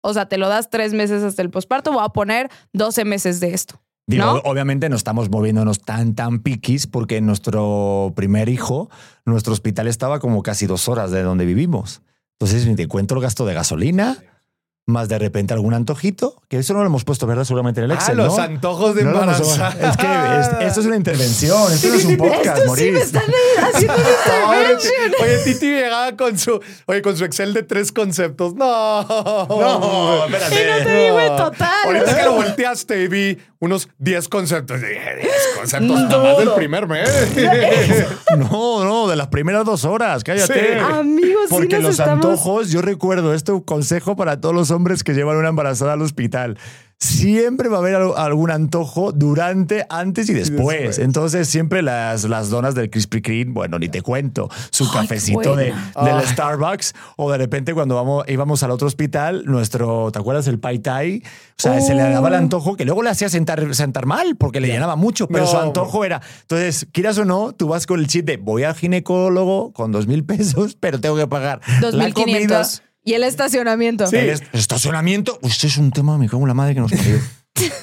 [SPEAKER 3] O sea, te lo das tres meses hasta el posparto. Voy a poner 12 meses de esto.
[SPEAKER 1] Digo,
[SPEAKER 3] ¿no?
[SPEAKER 1] obviamente no estamos moviéndonos tan, tan piquis porque nuestro primer hijo, nuestro hospital estaba como casi dos horas de donde vivimos. Entonces, ni te cuento el gasto de gasolina, más de repente algún antojito, que eso no lo hemos puesto, ¿verdad? Seguramente en el
[SPEAKER 2] todo. Ah,
[SPEAKER 1] Excel,
[SPEAKER 2] los
[SPEAKER 1] ¿no?
[SPEAKER 2] antojos de
[SPEAKER 1] No lo hemos-
[SPEAKER 2] embarazada.
[SPEAKER 1] es que es- esto es una intervención, esto no es un podcast,
[SPEAKER 3] esto sí
[SPEAKER 1] Moris.
[SPEAKER 3] me están haciendo una
[SPEAKER 2] Oye,
[SPEAKER 3] intervención.
[SPEAKER 2] Titi- Oye, Titi llegaba con su, oye, con su Excel de tres conceptos. No,
[SPEAKER 1] No, espérate.
[SPEAKER 3] Y no te digo el total.
[SPEAKER 2] Ahorita que lo volteaste y vi unos 10 conceptos. Dije, 10 conceptos
[SPEAKER 3] Mm,
[SPEAKER 2] nada más del primer mes.
[SPEAKER 1] No, no, de las primeras dos horas, cállate.
[SPEAKER 2] Sí.
[SPEAKER 3] Amigos, sí
[SPEAKER 1] Porque
[SPEAKER 3] nos
[SPEAKER 1] los
[SPEAKER 3] estamos-
[SPEAKER 1] antojos, yo recuerdo, esto es un consejo para todos los hombres que llevan una embarazada al hospital. Siempre va a haber al- algún antojo durante, antes y después.
[SPEAKER 2] después.
[SPEAKER 1] Entonces, siempre las, las donas del Krispy Kreme, bueno, ni te cuento. Su
[SPEAKER 3] qué
[SPEAKER 1] cafecito de,
[SPEAKER 3] buena.
[SPEAKER 1] del
[SPEAKER 2] Ay.
[SPEAKER 1] Starbucks. O de repente, cuando vamos, íbamos al otro hospital, nuestro, ¿te acuerdas? El Pai Tai. O sea, se le daba
[SPEAKER 3] Oh.
[SPEAKER 1] el antojo que luego le hacía sentar, sentar mal porque le llenaba mucho, pero
[SPEAKER 2] No,
[SPEAKER 1] su antojo ojo, era. Entonces, quieras o no, tú vas con el chip de voy al ginecólogo con dos mil pesos, pero tengo que pagar la comida.
[SPEAKER 3] 2500 y el estacionamiento.
[SPEAKER 1] El est- estacionamiento. Uy, esto es un tema, me cago en la madre que nos parió.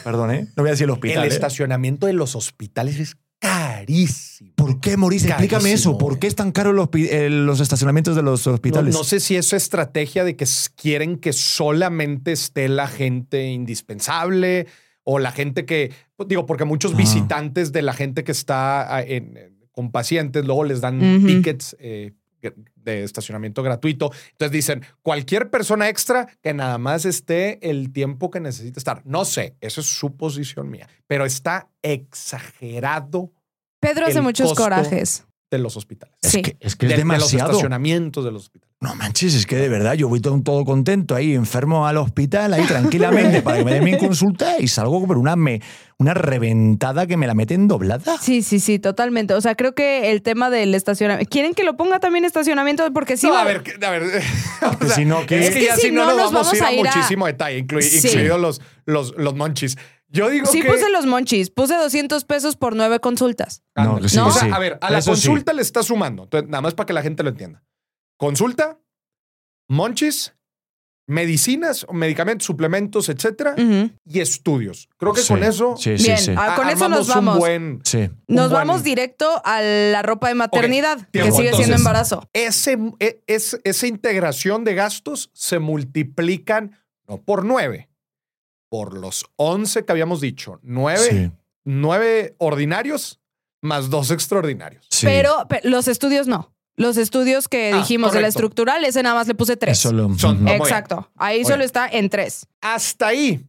[SPEAKER 1] Perdón, ¿eh? No voy a decir el hospital.
[SPEAKER 2] El
[SPEAKER 1] ¿eh?
[SPEAKER 2] estacionamiento de los hospitales es carísimo.
[SPEAKER 1] ¿Por qué, Maurice? Explícame
[SPEAKER 2] Carísimo,
[SPEAKER 1] eso. ¿Por qué es tan caro los, hospi- eh, los estacionamientos de los
[SPEAKER 2] No,
[SPEAKER 1] hospitales?
[SPEAKER 2] no sé si es estrategia de que s- quieren que solamente esté la gente indispensable o la gente que, pues, digo, porque muchos
[SPEAKER 1] Ah.
[SPEAKER 2] visitantes de la gente que está ah, en- en- con pacientes luego les dan
[SPEAKER 3] Ujú.
[SPEAKER 2] tickets eh, gr- de estacionamiento gratuito. Entonces dicen, cualquier persona extra que nada más esté el tiempo que necesita estar. No sé, eso es suposición mía, pero está exagerado
[SPEAKER 3] Pedro hace
[SPEAKER 2] el
[SPEAKER 3] muchos
[SPEAKER 2] costo-
[SPEAKER 3] corajes.
[SPEAKER 2] de los hospitales.
[SPEAKER 1] Es
[SPEAKER 3] sí.
[SPEAKER 1] que es, que es
[SPEAKER 2] De- De los
[SPEAKER 1] demasiado.
[SPEAKER 2] estacionamientos de los hospitales.
[SPEAKER 1] No manches, es que de verdad yo voy todo, todo contento ahí, enfermo al hospital, ahí tranquilamente para que me den mi consulta y salgo por una, me- una reventada que me la meten
[SPEAKER 2] Ah.
[SPEAKER 1] doblada.
[SPEAKER 3] Sí, sí, sí, totalmente. O sea, creo que el tema del estacionamiento. ¿Quieren que lo ponga también estacionamiento? Porque sí.
[SPEAKER 2] no,
[SPEAKER 3] va-
[SPEAKER 2] a ver, que- a ver. o
[SPEAKER 1] Que si no, que-
[SPEAKER 2] es que
[SPEAKER 3] Es
[SPEAKER 2] ya
[SPEAKER 3] que
[SPEAKER 2] si no, nos vamos, a ir a
[SPEAKER 3] a-
[SPEAKER 2] muchísimo detalle, inclui-
[SPEAKER 3] Sí.
[SPEAKER 2] incluidos los, los, los monchis. Yo digo
[SPEAKER 3] Sí
[SPEAKER 2] que.
[SPEAKER 3] puse los monchis. Puse 200 pesos por nueve consultas.
[SPEAKER 1] No, que sí,
[SPEAKER 3] No.
[SPEAKER 2] O sea,
[SPEAKER 1] sí.
[SPEAKER 2] a ver, a la
[SPEAKER 1] Eso sí.
[SPEAKER 2] consulta le está sumando. Entonces, nada más para que la gente lo entienda. Consulta, monchis, medicinas, medicamentos, suplementos, etcétera,
[SPEAKER 3] Ujú.
[SPEAKER 2] y estudios. Creo que
[SPEAKER 1] Sí,
[SPEAKER 2] con eso
[SPEAKER 1] Sí, sí,
[SPEAKER 3] Bien,
[SPEAKER 1] sí.
[SPEAKER 2] a-
[SPEAKER 3] ah, con eso
[SPEAKER 2] armamos
[SPEAKER 3] nos
[SPEAKER 2] un
[SPEAKER 3] vamos.
[SPEAKER 2] buen-
[SPEAKER 1] Sí.
[SPEAKER 3] Nos
[SPEAKER 2] un buen-
[SPEAKER 3] vamos directo a la ropa de maternidad, que
[SPEAKER 2] tiempo,
[SPEAKER 3] sigue siendo
[SPEAKER 2] entonces.
[SPEAKER 3] embarazo.
[SPEAKER 2] ese, e- es- esa integración de gastos se multiplican no por nueve, por los once que habíamos dicho, nueve,
[SPEAKER 1] Sí,
[SPEAKER 2] nueve ordinarios más dos extraordinarios.
[SPEAKER 1] sí.
[SPEAKER 3] Pero, pe- los estudios no. Los estudios que
[SPEAKER 2] Ah,
[SPEAKER 3] dijimos de la
[SPEAKER 2] correcto.
[SPEAKER 3] estructural, ese nada más le puse tres.
[SPEAKER 1] Eso lo-
[SPEAKER 2] Son-
[SPEAKER 1] Ujú.
[SPEAKER 2] Eh, muy
[SPEAKER 3] Exacto. Ahí
[SPEAKER 2] Muy
[SPEAKER 3] solo
[SPEAKER 2] bien.
[SPEAKER 3] está en tres.
[SPEAKER 2] Hasta ahí,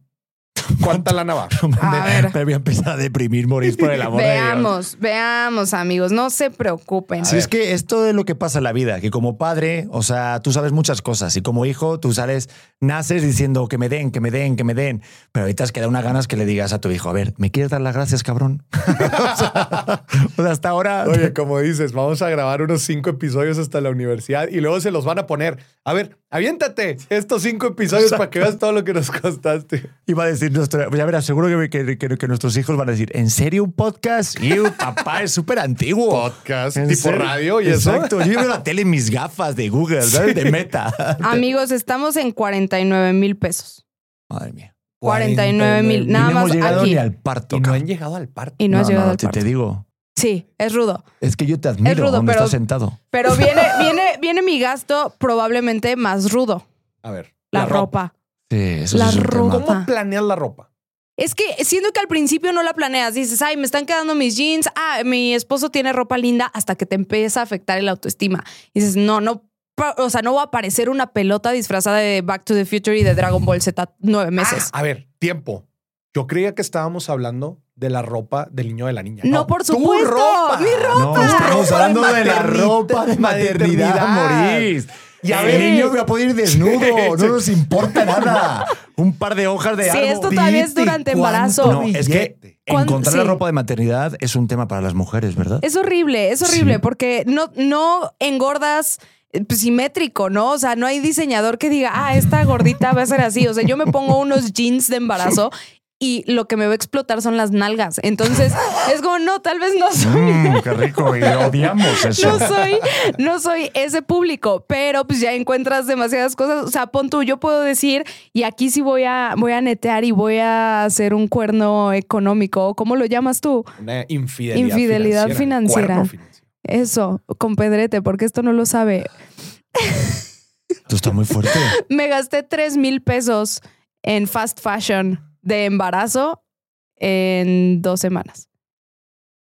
[SPEAKER 2] ¿cuánta lana va?
[SPEAKER 3] A
[SPEAKER 1] me,
[SPEAKER 3] ver.
[SPEAKER 1] me voy a empezar a deprimir, morir por el amor de Dios.
[SPEAKER 3] Veamos, veamos, amigos. No se preocupen.
[SPEAKER 1] Si es que esto es lo que pasa en la vida, que como padre, o sea, tú sabes muchas cosas y como hijo, tú sales, naces diciendo que me den, que me den, que me den, pero ahorita es que da unas ganas que le digas a tu hijo, a ver, ¿me quieres dar las gracias, cabrón? o, sea, o sea, hasta ahora...
[SPEAKER 2] Oye, como dices, vamos a grabar unos cinco episodios hasta la universidad y luego se los van a poner. A ver, aviéntate estos cinco episodios para que veas todo lo que nos costaste.
[SPEAKER 1] Iba a decir, nuestro, ya verás, seguro que, que- que- que nuestros hijos van a decir, ¿en serio un podcast? Y papá, es súper antiguo.
[SPEAKER 2] Podcast,
[SPEAKER 1] ¿En
[SPEAKER 2] tipo
[SPEAKER 1] serio?
[SPEAKER 2] radio y eso.
[SPEAKER 1] Exacto, yo veo la tele en mis gafas de Google, ¿sabes? De meta.
[SPEAKER 3] Amigos, estamos en 49 mil pesos.
[SPEAKER 1] Madre mía.
[SPEAKER 3] 49 mil. Nada
[SPEAKER 1] y no
[SPEAKER 3] más
[SPEAKER 1] hemos llegado
[SPEAKER 3] aquí.
[SPEAKER 1] ni al parto.
[SPEAKER 2] Y no
[SPEAKER 1] cabrón.
[SPEAKER 2] han llegado al parto.
[SPEAKER 3] Y no, has llegado al
[SPEAKER 1] te,
[SPEAKER 3] parto.
[SPEAKER 1] te digo.
[SPEAKER 3] Sí, es rudo.
[SPEAKER 1] Es que yo te admiro
[SPEAKER 3] rudo,
[SPEAKER 1] donde
[SPEAKER 3] pero-
[SPEAKER 1] estás sentado.
[SPEAKER 3] Pero viene, viene, viene mi gasto probablemente más rudo.
[SPEAKER 2] A ver.
[SPEAKER 3] La, ropa.
[SPEAKER 1] Sí, eso
[SPEAKER 3] La
[SPEAKER 1] sí es un tema.
[SPEAKER 3] ropa.
[SPEAKER 2] ¿Cómo planeas la ropa?
[SPEAKER 3] Es que siento que al principio no la planeas, dices, ay, me están quedando mis jeans, ah, mi esposo tiene ropa linda, hasta que te empieza a afectar el autoestima. Y dices, no, no, pa- o sea, no va a aparecer una pelota disfrazada de Back to the Future y de Dragon Ball Z nueve meses.
[SPEAKER 2] Ah, a ver, tiempo. Yo creía que estábamos hablando de la ropa del niño de la niña.
[SPEAKER 3] No, por
[SPEAKER 2] tu
[SPEAKER 3] supuesto, mi ropa.
[SPEAKER 1] No, estamos
[SPEAKER 2] Ropa
[SPEAKER 1] hablando
[SPEAKER 2] de
[SPEAKER 1] de la
[SPEAKER 2] maternidad,
[SPEAKER 1] ropa de maternidad,
[SPEAKER 2] maternidad.
[SPEAKER 1] Morís.
[SPEAKER 2] Ya
[SPEAKER 1] el
[SPEAKER 2] ves.
[SPEAKER 1] niño va a poder ir desnudo,
[SPEAKER 2] sí.
[SPEAKER 1] no nos importa nada. Un par de hojas de
[SPEAKER 3] Sí,
[SPEAKER 1] árbol.
[SPEAKER 3] esto todavía es durante embarazo.
[SPEAKER 1] No, es que
[SPEAKER 3] ¿Cuán-
[SPEAKER 1] encontrar la
[SPEAKER 3] sí.
[SPEAKER 1] ropa de maternidad es un tema para las mujeres, ¿verdad?
[SPEAKER 3] Es horrible, es horrible,
[SPEAKER 1] Sí.
[SPEAKER 3] porque no, no engordas eh, pues, simétrico, ¿no? O sea, no hay diseñador que diga, ah, esta gordita va a ser así. O sea, yo me pongo unos jeans de embarazo y lo que me va a explotar son las nalgas. Entonces, es como, no, tal vez no soy
[SPEAKER 1] Mm, qué rico, y odiamos
[SPEAKER 3] no soy, no soy ese público, pero pues ya encuentras demasiadas cosas. O sea, pon tú, yo puedo decir, y aquí sí voy a, voy a netear y voy a hacer un cuerno económico. ¿Cómo lo llamas tú?
[SPEAKER 2] Una infidelidad,
[SPEAKER 3] Infidelidad financiera.
[SPEAKER 2] Cuerno financiero.
[SPEAKER 3] Eso, con Pedrete, porque esto no lo sabe.
[SPEAKER 1] Esto está muy fuerte.
[SPEAKER 3] Me gasté 3 mil pesos en fast fashion de embarazo en dos semanas.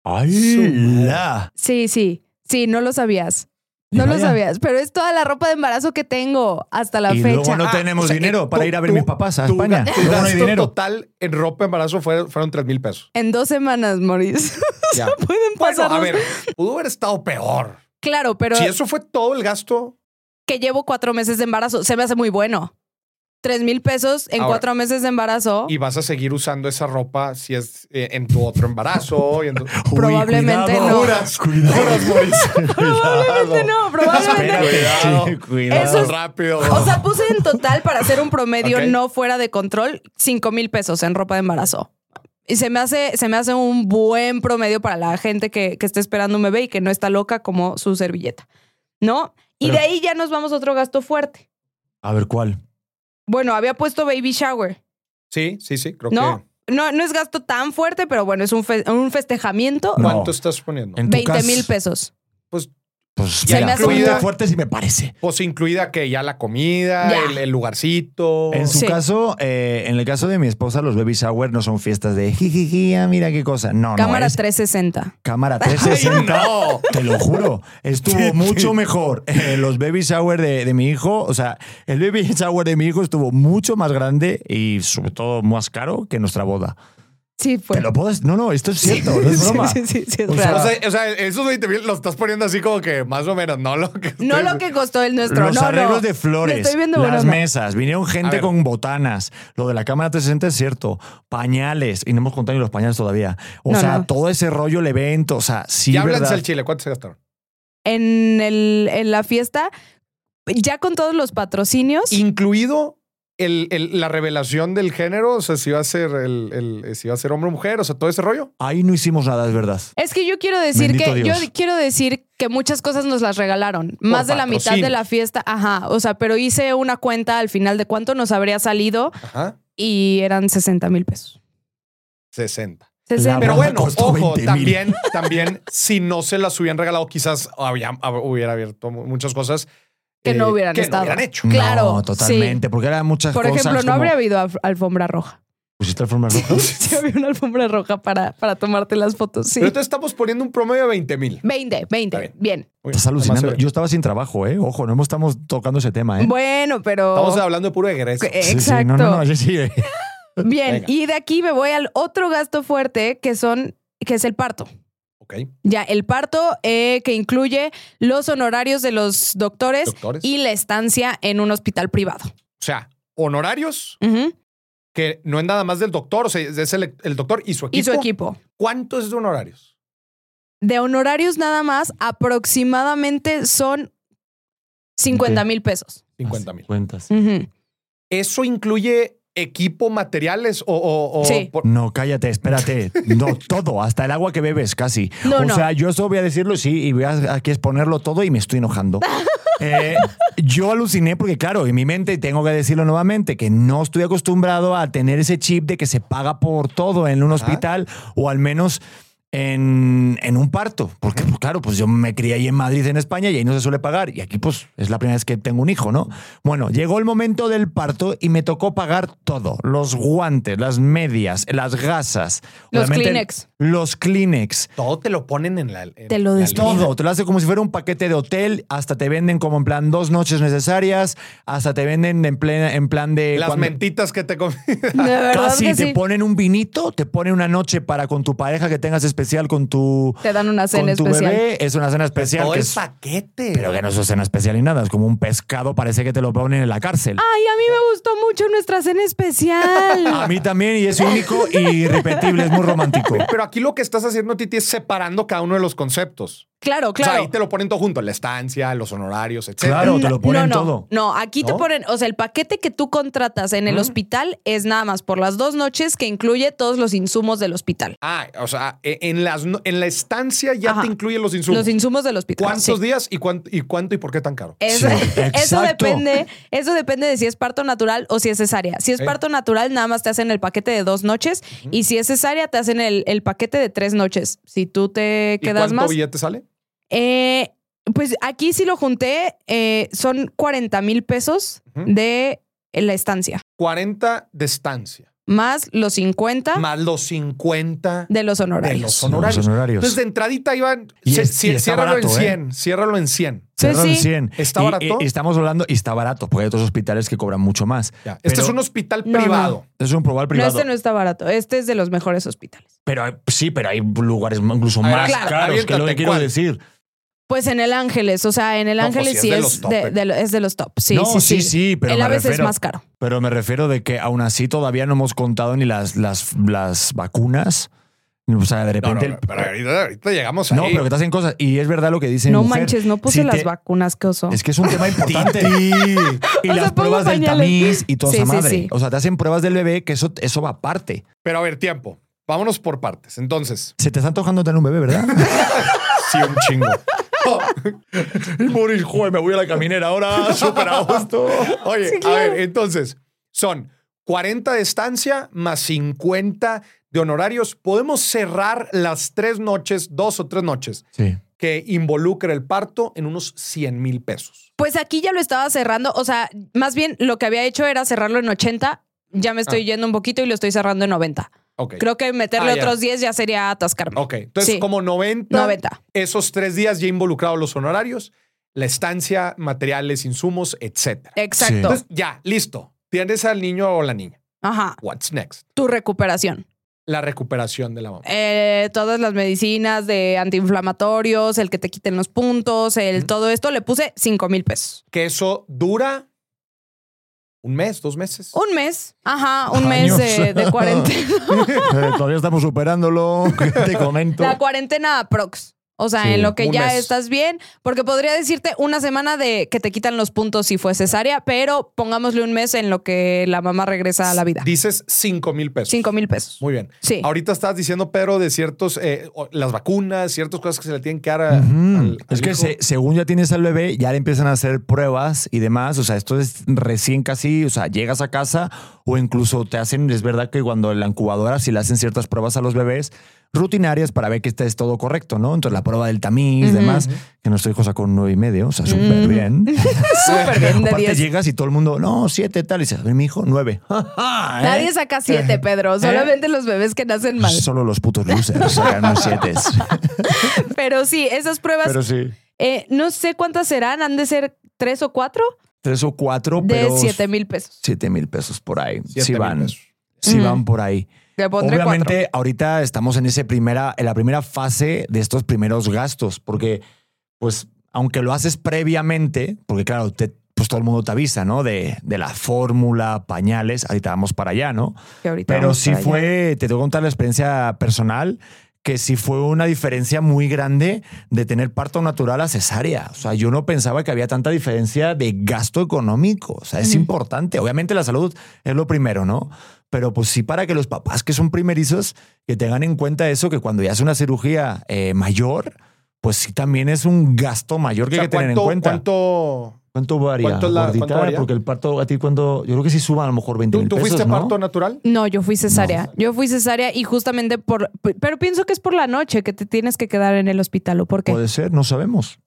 [SPEAKER 2] Su madre.
[SPEAKER 1] ¡Ay! la.
[SPEAKER 3] Sí, sí, sí, no lo sabías.
[SPEAKER 1] Y
[SPEAKER 3] No lo
[SPEAKER 1] vaya.
[SPEAKER 3] sabías, pero es toda la ropa de embarazo que tengo hasta la
[SPEAKER 1] Y
[SPEAKER 3] fecha.
[SPEAKER 1] luego no
[SPEAKER 2] Ah,
[SPEAKER 1] tenemos
[SPEAKER 2] o sea,
[SPEAKER 1] dinero
[SPEAKER 2] tú-
[SPEAKER 1] para ir a ver a mis
[SPEAKER 2] tú-
[SPEAKER 1] papás a
[SPEAKER 2] tu
[SPEAKER 1] Ah, España.
[SPEAKER 2] ga- Tu
[SPEAKER 1] Luego no hay
[SPEAKER 2] gasto
[SPEAKER 1] dinero.
[SPEAKER 2] total en ropa embarazo fue- fueron 3 mil pesos.
[SPEAKER 3] En dos semanas, Maurice.
[SPEAKER 2] Ya.
[SPEAKER 3] Pueden
[SPEAKER 2] Bueno,
[SPEAKER 3] pasar.
[SPEAKER 2] a
[SPEAKER 3] dos-
[SPEAKER 2] ver, pudo haber estado peor.
[SPEAKER 3] Claro, pero
[SPEAKER 2] si eso fue todo el gasto,
[SPEAKER 3] que llevo cuatro meses de embarazo, se me hace muy bueno. Tres mil pesos en
[SPEAKER 2] Ahora-
[SPEAKER 3] cuatro meses de embarazo.
[SPEAKER 2] y vas a seguir usando esa ropa si es eh, en tu otro embarazo. y en tu-
[SPEAKER 1] Uy,
[SPEAKER 3] Probablemente
[SPEAKER 1] cuidado.
[SPEAKER 3] no.
[SPEAKER 1] Juras, cuidado, Mauricio,
[SPEAKER 3] probablemente
[SPEAKER 1] cuidado.
[SPEAKER 3] no, probablemente.
[SPEAKER 1] Espérate,
[SPEAKER 2] Cuidado.
[SPEAKER 1] sí, cuidado.
[SPEAKER 3] Eso es-
[SPEAKER 2] rápido.
[SPEAKER 3] O sea, puse en total para hacer un promedio
[SPEAKER 2] Ok.
[SPEAKER 3] no fuera de control, cinco mil pesos en ropa de embarazo. Y se me hace, se me hace un buen promedio para la gente que, que está esperando un bebé y que no está loca como su servilleta. ¿No? Y
[SPEAKER 1] Pero-
[SPEAKER 3] de ahí ya nos vamos a otro gasto fuerte.
[SPEAKER 1] A ver, ¿cuál?
[SPEAKER 3] Bueno, había puesto baby shower.
[SPEAKER 2] sí, sí, sí, creo
[SPEAKER 3] No,
[SPEAKER 2] que.
[SPEAKER 3] no, no es gasto tan fuerte, pero bueno, es un, fe- un festejamiento.
[SPEAKER 1] No.
[SPEAKER 2] ¿Cuánto estás poniendo?
[SPEAKER 1] En tu
[SPEAKER 3] 20
[SPEAKER 1] casa.
[SPEAKER 3] mil pesos.
[SPEAKER 1] Pues
[SPEAKER 2] Ya
[SPEAKER 1] mira,
[SPEAKER 3] me hace
[SPEAKER 1] fuerte,
[SPEAKER 2] incluida-
[SPEAKER 1] fuerte si me parece.
[SPEAKER 2] Pues incluida que ya la comida,
[SPEAKER 3] Ya.
[SPEAKER 2] El, el lugarcito.
[SPEAKER 1] En su
[SPEAKER 3] Sí.
[SPEAKER 1] caso, eh, en el caso de mi esposa, los baby shower no son fiestas de jijiji, ah, mira qué cosa. No,
[SPEAKER 3] Cámara
[SPEAKER 1] no. es
[SPEAKER 3] 360.
[SPEAKER 1] Cámara
[SPEAKER 2] Ay,
[SPEAKER 1] 360.
[SPEAKER 2] no.
[SPEAKER 1] Te lo juro, estuvo mucho mejor. Eh, los baby shower de, de mi hijo, o sea, el baby shower de mi hijo estuvo mucho más grande y sobre todo más caro que nuestra boda.
[SPEAKER 3] Sí, fue.
[SPEAKER 1] Te lo puedo decir? No, no, esto es cierto, no es broma.
[SPEAKER 3] Pues Sí, sí, sí, sí, es
[SPEAKER 1] O
[SPEAKER 3] real.
[SPEAKER 2] O sea, o sea, esos 20 mil los estás poniendo así como que más o menos, no lo que.
[SPEAKER 3] No lo que costó el nuestro.
[SPEAKER 1] Los
[SPEAKER 3] no, no.
[SPEAKER 1] arreglos de flores,
[SPEAKER 3] Me estoy viendo
[SPEAKER 1] las
[SPEAKER 3] broma.
[SPEAKER 1] mesas, vinieron
[SPEAKER 2] A
[SPEAKER 1] gente
[SPEAKER 2] ver.
[SPEAKER 1] con botanas. Lo de la cámara 360 es cierto. Pañales, y no hemos contado ni los pañales todavía. O
[SPEAKER 3] No,
[SPEAKER 1] sea,
[SPEAKER 3] no.
[SPEAKER 1] todo ese rollo, el evento, o sea, sí,
[SPEAKER 2] Ya háblense
[SPEAKER 1] ¿verdad?
[SPEAKER 2] al chile, ¿cuánto se gastaron?
[SPEAKER 3] En, el, en la fiesta, ya con todos los patrocinios.
[SPEAKER 2] Incluido el, el- la revelación del género, o sea, si va a ser el, el- si va a ser hombre o mujer, o sea, todo ese rollo.
[SPEAKER 1] Ahí no hicimos nada, es verdad.
[SPEAKER 3] Es que yo quiero decir
[SPEAKER 1] Bendito
[SPEAKER 3] que
[SPEAKER 1] Dios.
[SPEAKER 3] yo quiero decir que muchas cosas nos las regalaron. Más de la mitad de
[SPEAKER 2] patrocinios.
[SPEAKER 3] la fiesta, ajá. O sea, pero hice una cuenta al final de cuánto nos habría salido
[SPEAKER 2] Ajá.
[SPEAKER 3] y eran 60 mil pesos.
[SPEAKER 2] 60.
[SPEAKER 3] 60.
[SPEAKER 2] Pero
[SPEAKER 1] Ahora
[SPEAKER 2] bueno,
[SPEAKER 1] costó
[SPEAKER 2] ojo,
[SPEAKER 1] 20,000.
[SPEAKER 2] también, también, si no se las hubieran regalado, quizás había- hubiera abierto mu- muchas cosas eh,
[SPEAKER 3] Que no hubieran
[SPEAKER 2] que
[SPEAKER 3] estado.
[SPEAKER 2] No hubieran hecho.
[SPEAKER 3] Claro,
[SPEAKER 1] No, totalmente, porque era muchas
[SPEAKER 3] Por
[SPEAKER 1] cosas.
[SPEAKER 3] ejemplo, no
[SPEAKER 1] como- pues,
[SPEAKER 3] habría habido alf- alfombra roja.
[SPEAKER 1] ¿Pusiste alfombras rojas?
[SPEAKER 3] Sí, había una alfombra roja para, para tomarte las fotos. Sí.
[SPEAKER 2] Pero entonces estamos poniendo un promedio de 20 mil.
[SPEAKER 3] 20, 20.
[SPEAKER 2] Está bien.
[SPEAKER 3] Bien.
[SPEAKER 1] Estás alucinando. Yo estaba sin trabajo, ¿eh? Ojo, no estamos tocando ese tema, ¿eh?
[SPEAKER 3] Bueno, pero.
[SPEAKER 2] Estamos hablando de puro egreso.
[SPEAKER 3] Que-
[SPEAKER 1] Sí, sí, no,
[SPEAKER 3] Exacto.
[SPEAKER 1] no, no, sí, eh. sí.
[SPEAKER 3] Bien,
[SPEAKER 2] Venga.
[SPEAKER 3] y de aquí me voy al otro gasto fuerte que son que es el parto.
[SPEAKER 2] Ok,
[SPEAKER 3] Ya, el parto eh, que incluye los honorarios de los doctores
[SPEAKER 2] doctores.
[SPEAKER 3] y la estancia en un hospital privado.
[SPEAKER 2] O sea, honorarios
[SPEAKER 3] Ujú.
[SPEAKER 2] que no es nada más del doctor, o sea, es el, el doctor y su equipo.
[SPEAKER 3] Y su equipo.
[SPEAKER 2] ¿Cuánto es de honorarios?
[SPEAKER 3] De honorarios nada más, aproximadamente son 50
[SPEAKER 1] Ok.
[SPEAKER 3] mil pesos.
[SPEAKER 2] 50 mil.
[SPEAKER 1] Cuentas.
[SPEAKER 3] Ujú.
[SPEAKER 2] ¿Eso incluye equipo, materiales o...? o- o-
[SPEAKER 3] Sí.
[SPEAKER 2] por-
[SPEAKER 1] No, cállate, espérate. No, todo, hasta el agua que bebes, casi.
[SPEAKER 3] No,
[SPEAKER 1] o
[SPEAKER 3] no.
[SPEAKER 1] sea, yo eso voy a decirlo, sí, y voy a aquí exponerlo todo y me estoy enojando. Eh, yo aluciné porque, claro, en mi mente, y tengo que decirlo nuevamente, que no estoy acostumbrado a tener ese chip de que se paga por todo en un hospital, o al menos en, en un parto. Porque, pues, claro, pues yo me crié ahí en Madrid, en España, y ahí no se suele pagar. Y aquí, pues, es la primera vez que tengo un hijo, ¿no? Bueno, llegó el momento del parto y me tocó pagar todo. Los guantes, las medias, las gasas.
[SPEAKER 3] Los
[SPEAKER 1] Obviamente,
[SPEAKER 3] Kleenex.
[SPEAKER 1] Los Kleenex.
[SPEAKER 2] Todo te lo ponen en la. en
[SPEAKER 3] Te lo
[SPEAKER 2] la
[SPEAKER 3] destilan.
[SPEAKER 2] línea.
[SPEAKER 1] Todo, te lo hace como si fuera un paquete de hotel, hasta te venden como en plan dos noches necesarias, hasta te venden en, plena, en plan de...
[SPEAKER 2] Las
[SPEAKER 1] cuando-
[SPEAKER 2] mentitas que te comí.
[SPEAKER 3] De verdad
[SPEAKER 1] Casi
[SPEAKER 3] que
[SPEAKER 1] te
[SPEAKER 3] sí.
[SPEAKER 1] ponen un vinito, te ponen una noche para con tu pareja que tengas especial, con tu,
[SPEAKER 3] Te dan una
[SPEAKER 1] con
[SPEAKER 3] cena
[SPEAKER 1] tu
[SPEAKER 3] especial.
[SPEAKER 1] bebé. Es una cena especial.
[SPEAKER 2] Todo
[SPEAKER 1] que
[SPEAKER 2] el
[SPEAKER 1] es-
[SPEAKER 2] paquete.
[SPEAKER 1] pero que no es una cena especial ni nada. Es como un pescado, parece que te lo ponen en la cárcel.
[SPEAKER 3] Ay, a mí me gustó mucho nuestra cena especial.
[SPEAKER 1] A mí también, y es único y irrepetible, es muy romántico.
[SPEAKER 2] Pero aquí lo que estás haciendo, Titi, es separando cada uno de los conceptos.
[SPEAKER 3] claro, claro.
[SPEAKER 2] O sea, ahí te lo ponen todo junto, la estancia, los honorarios, etc.
[SPEAKER 1] Claro. te lo
[SPEAKER 3] No,
[SPEAKER 1] ponen
[SPEAKER 3] no,
[SPEAKER 1] todo.
[SPEAKER 3] No, aquí te
[SPEAKER 2] ¿No?
[SPEAKER 3] ponen, o sea, el paquete que tú contratas en el hospital es nada más por las dos noches que incluye todos los insumos del hospital.
[SPEAKER 2] Ah, o sea, e- en, las, no- en la estancia ya
[SPEAKER 3] Ajá.
[SPEAKER 2] te incluyen los insumos.
[SPEAKER 3] Los insumos del hospital.
[SPEAKER 2] ¿Cuántos
[SPEAKER 3] sí. Eh,
[SPEAKER 2] días y cuánto, y cuánto y por qué tan caro?
[SPEAKER 3] Eso,
[SPEAKER 1] Sí,
[SPEAKER 3] eso
[SPEAKER 1] exacto.
[SPEAKER 3] depende, eso depende de si es parto natural o si es cesárea. Si es
[SPEAKER 2] Sí.
[SPEAKER 3] parto natural, nada más te hacen el paquete de dos noches y si es cesárea, te hacen el, el paquete de tres noches. Si tú te
[SPEAKER 2] ¿Y
[SPEAKER 3] quedas
[SPEAKER 2] cuánto
[SPEAKER 3] más.
[SPEAKER 2] billete sale?
[SPEAKER 3] Eh, pues aquí sí lo junté, eh, son 40 mil pesos
[SPEAKER 2] Ujú.
[SPEAKER 3] de la estancia,
[SPEAKER 2] 40 de estancia,
[SPEAKER 3] más los 50
[SPEAKER 2] más los 50
[SPEAKER 3] de los
[SPEAKER 2] de
[SPEAKER 3] honorarios.
[SPEAKER 2] los honorarios.
[SPEAKER 1] Los honorarios. Pues
[SPEAKER 2] Entonces, de entradita iban,
[SPEAKER 1] Y
[SPEAKER 2] ci-
[SPEAKER 1] es-
[SPEAKER 2] ci-
[SPEAKER 1] y está
[SPEAKER 2] ciérralo en
[SPEAKER 1] barato, ¿eh?
[SPEAKER 2] 100, ciérralo en 100.
[SPEAKER 3] Pues
[SPEAKER 1] Cerraron
[SPEAKER 3] sí.
[SPEAKER 1] 100.
[SPEAKER 2] ¿Está
[SPEAKER 1] Y-
[SPEAKER 2] barato?
[SPEAKER 1] y- y estamos hablando, y está barato, porque hay otros hospitales que cobran mucho más.
[SPEAKER 2] Ya. Este
[SPEAKER 1] Pero-
[SPEAKER 2] es un hospital
[SPEAKER 3] No, no.
[SPEAKER 2] privado.
[SPEAKER 1] Es un probable
[SPEAKER 3] No,
[SPEAKER 1] privado.
[SPEAKER 3] este no está barato, este es de los mejores hospitales.
[SPEAKER 1] Pero hay- sí, pero hay lugares incluso
[SPEAKER 2] A ver,
[SPEAKER 1] más
[SPEAKER 2] claro,
[SPEAKER 1] caros, que es lo
[SPEAKER 2] aviéntate,
[SPEAKER 1] que quiero
[SPEAKER 2] ¿cuál?
[SPEAKER 1] decir.
[SPEAKER 3] Pues en el Ángeles, o sea, en el
[SPEAKER 2] No, pues
[SPEAKER 3] Ángeles
[SPEAKER 2] sí, es
[SPEAKER 3] sí
[SPEAKER 2] de
[SPEAKER 3] es
[SPEAKER 2] los top,
[SPEAKER 3] de,
[SPEAKER 2] eh.
[SPEAKER 3] de lo- es de los top. Sí,
[SPEAKER 1] no,
[SPEAKER 3] sí, sí.
[SPEAKER 1] pero
[SPEAKER 3] el
[SPEAKER 1] me
[SPEAKER 3] Aves es
[SPEAKER 1] refiero-
[SPEAKER 3] más caro.
[SPEAKER 1] Pero me refiero de que aún así todavía no hemos contado ni las, las, las vacunas. O sea, de
[SPEAKER 2] No, no,
[SPEAKER 1] repente. el-
[SPEAKER 2] pero ahorita, ahorita llegamos ahí.
[SPEAKER 1] No, pero que te hacen cosas. Y es verdad lo que dicen.
[SPEAKER 3] No manches, no puse las
[SPEAKER 1] vacunas.
[SPEAKER 3] vacunas, qué oso.
[SPEAKER 1] Es que es un tema importante. y
[SPEAKER 3] O sea,
[SPEAKER 1] las
[SPEAKER 3] pongo
[SPEAKER 1] pruebas del
[SPEAKER 3] pañales.
[SPEAKER 1] tamiz y toda
[SPEAKER 3] Sí,
[SPEAKER 1] esa
[SPEAKER 3] sí,
[SPEAKER 1] madre.
[SPEAKER 3] sí.
[SPEAKER 1] O sea, te hacen pruebas del bebé, que eso, eso va aparte.
[SPEAKER 2] Pero a ver, tiempo. Vámonos por partes. Entonces,
[SPEAKER 1] Se te está antojando tener un bebé, ¿verdad?
[SPEAKER 2] sí, un chingo.
[SPEAKER 1] y Boris, joder, me voy a la caminera
[SPEAKER 2] Ah,
[SPEAKER 1] ahora, súper a gusto.
[SPEAKER 2] Oye, a
[SPEAKER 3] claro.
[SPEAKER 2] ver, entonces, son 40 de estancia más 50 de honorarios. Podemos cerrar las tres noches, dos o tres noches,
[SPEAKER 1] Sí.
[SPEAKER 2] que involucra el parto en unos 100 mil pesos.
[SPEAKER 3] Pues aquí ya lo estaba cerrando, o sea, más bien lo que había hecho era cerrarlo en 80, ya me estoy yendo un poquito y lo estoy cerrando en 90.
[SPEAKER 2] Ok.
[SPEAKER 3] Creo que meterle
[SPEAKER 2] Ah, ya.
[SPEAKER 3] otros 10 ya sería atascarme.
[SPEAKER 2] Ok, entonces
[SPEAKER 3] Sí.
[SPEAKER 2] como 90,
[SPEAKER 3] 90.
[SPEAKER 2] esos tres días ya involucrados los honorarios, la estancia, materiales, insumos, etcétera.
[SPEAKER 3] Exacto.
[SPEAKER 2] Entonces, ya, listo. Tienes al niño o la niña.
[SPEAKER 3] Ajá.
[SPEAKER 2] What's next?
[SPEAKER 3] Tu recuperación.
[SPEAKER 2] La recuperación de la mamá.
[SPEAKER 3] Eh, todas las medicinas de antiinflamatorios, el que te quiten los puntos, el todo esto, le puse 5 mil pesos.
[SPEAKER 2] Que eso dura un mes, dos meses.
[SPEAKER 3] Un mes. Ajá, un mes
[SPEAKER 1] Años.
[SPEAKER 3] de, de cuarentena.
[SPEAKER 1] Eh, todavía estamos superándolo. ¿Qué te comento?
[SPEAKER 3] La cuarentena prox. O sea,
[SPEAKER 1] Sí,
[SPEAKER 3] en lo que
[SPEAKER 2] un
[SPEAKER 3] ya
[SPEAKER 2] mes.
[SPEAKER 3] estás bien, porque podría decirte una semana de que te quitan los puntos si fue cesárea, pero pongámosle un mes en lo que la mamá regresa a la vida.
[SPEAKER 2] Dices 5 mil pesos.
[SPEAKER 3] 5 mil pesos.
[SPEAKER 2] Muy bien.
[SPEAKER 3] Sí.
[SPEAKER 2] Ahorita estás diciendo, Pedro, de ciertos, eh, o- las vacunas, ciertas cosas que se le tienen que dar a-
[SPEAKER 1] Ujú.
[SPEAKER 2] al-
[SPEAKER 1] Mm, es
[SPEAKER 2] al
[SPEAKER 1] que
[SPEAKER 2] hijo.
[SPEAKER 1] se- según ya tienes al bebé, ya le empiezan a hacer pruebas y demás. O sea, esto es recién casi, o sea, llegas a casa o incluso te hacen, es verdad que cuando en la incubadora si le hacen ciertas pruebas a los bebés rutinarias para ver que estés todo correcto, ¿no? Entonces la prueba del tamiz, demás, que nuestro hijo sacó un nueve y medio, o sea, súper bien.
[SPEAKER 3] Súper bien de
[SPEAKER 1] Aparte
[SPEAKER 3] 10.
[SPEAKER 1] llegas y todo el mundo, no, siete, tal, y dice, "A ver, mi hijo, nueve. ¿eh?
[SPEAKER 3] Nadie saca 7, Pedro. Solamente los bebés que nacen mal.
[SPEAKER 1] Solo los putos losers sacan los siete.
[SPEAKER 3] Pero sí, esas pruebas,
[SPEAKER 1] Pero sí.
[SPEAKER 3] eh, no sé cuántas serán, han de ser tres o cuatro
[SPEAKER 1] Tres o cuatro,
[SPEAKER 3] de
[SPEAKER 1] pero...
[SPEAKER 3] 7 mil pesos.
[SPEAKER 1] 7 mil pesos por ahí.
[SPEAKER 2] Siete
[SPEAKER 1] si
[SPEAKER 2] mil
[SPEAKER 1] van.
[SPEAKER 2] pesos.
[SPEAKER 1] Si
[SPEAKER 3] Ujú.
[SPEAKER 1] van por ahí.
[SPEAKER 3] Le Mm. pondré
[SPEAKER 1] Obviamente, ahorita estamos en ese primera, en la primera fase de estos primeros gastos, porque, pues, aunque lo haces previamente, porque claro, te- pues todo el mundo te avisa, ¿no? De, de la fórmula, pañales, ahorita vamos para allá, ¿no?
[SPEAKER 3] cuatro. que ahorita
[SPEAKER 1] Pero
[SPEAKER 3] vamos
[SPEAKER 1] sí
[SPEAKER 3] para allá.
[SPEAKER 1] fue, te tengo que contar la experiencia personal, que sí fue una diferencia muy grande de tener parto natural a cesárea. O sea, yo no pensaba que había tanta diferencia de gasto económico. O sea, es importante. Obviamente la salud es lo primero, ¿no? Pero pues sí para que los papás que son primerizos, que tengan en cuenta eso, que cuando ya es una cirugía eh, mayor, pues sí también es un gasto mayor
[SPEAKER 2] O
[SPEAKER 1] que
[SPEAKER 2] sea,
[SPEAKER 1] hay que tener en
[SPEAKER 2] ¿cuánto-
[SPEAKER 1] cuenta.
[SPEAKER 2] ¿Cuánto
[SPEAKER 1] ¿Cuánto varía?
[SPEAKER 2] ¿Cuánto es la-
[SPEAKER 1] gordita?
[SPEAKER 2] cuánto varía?
[SPEAKER 1] Porque el parto a ti cuando yo creo que sí suban a lo mejor 20
[SPEAKER 2] ¿Tú,
[SPEAKER 1] mil
[SPEAKER 2] tú
[SPEAKER 1] pesos,
[SPEAKER 2] fuiste
[SPEAKER 1] ¿no?
[SPEAKER 2] parto natural?
[SPEAKER 3] No, yo fui cesárea. Yo fui cesárea y justamente por. Pero pienso que es por la noche que te tienes que quedar en el hospital o por qué. Ah.
[SPEAKER 1] Puede ser, no sabemos.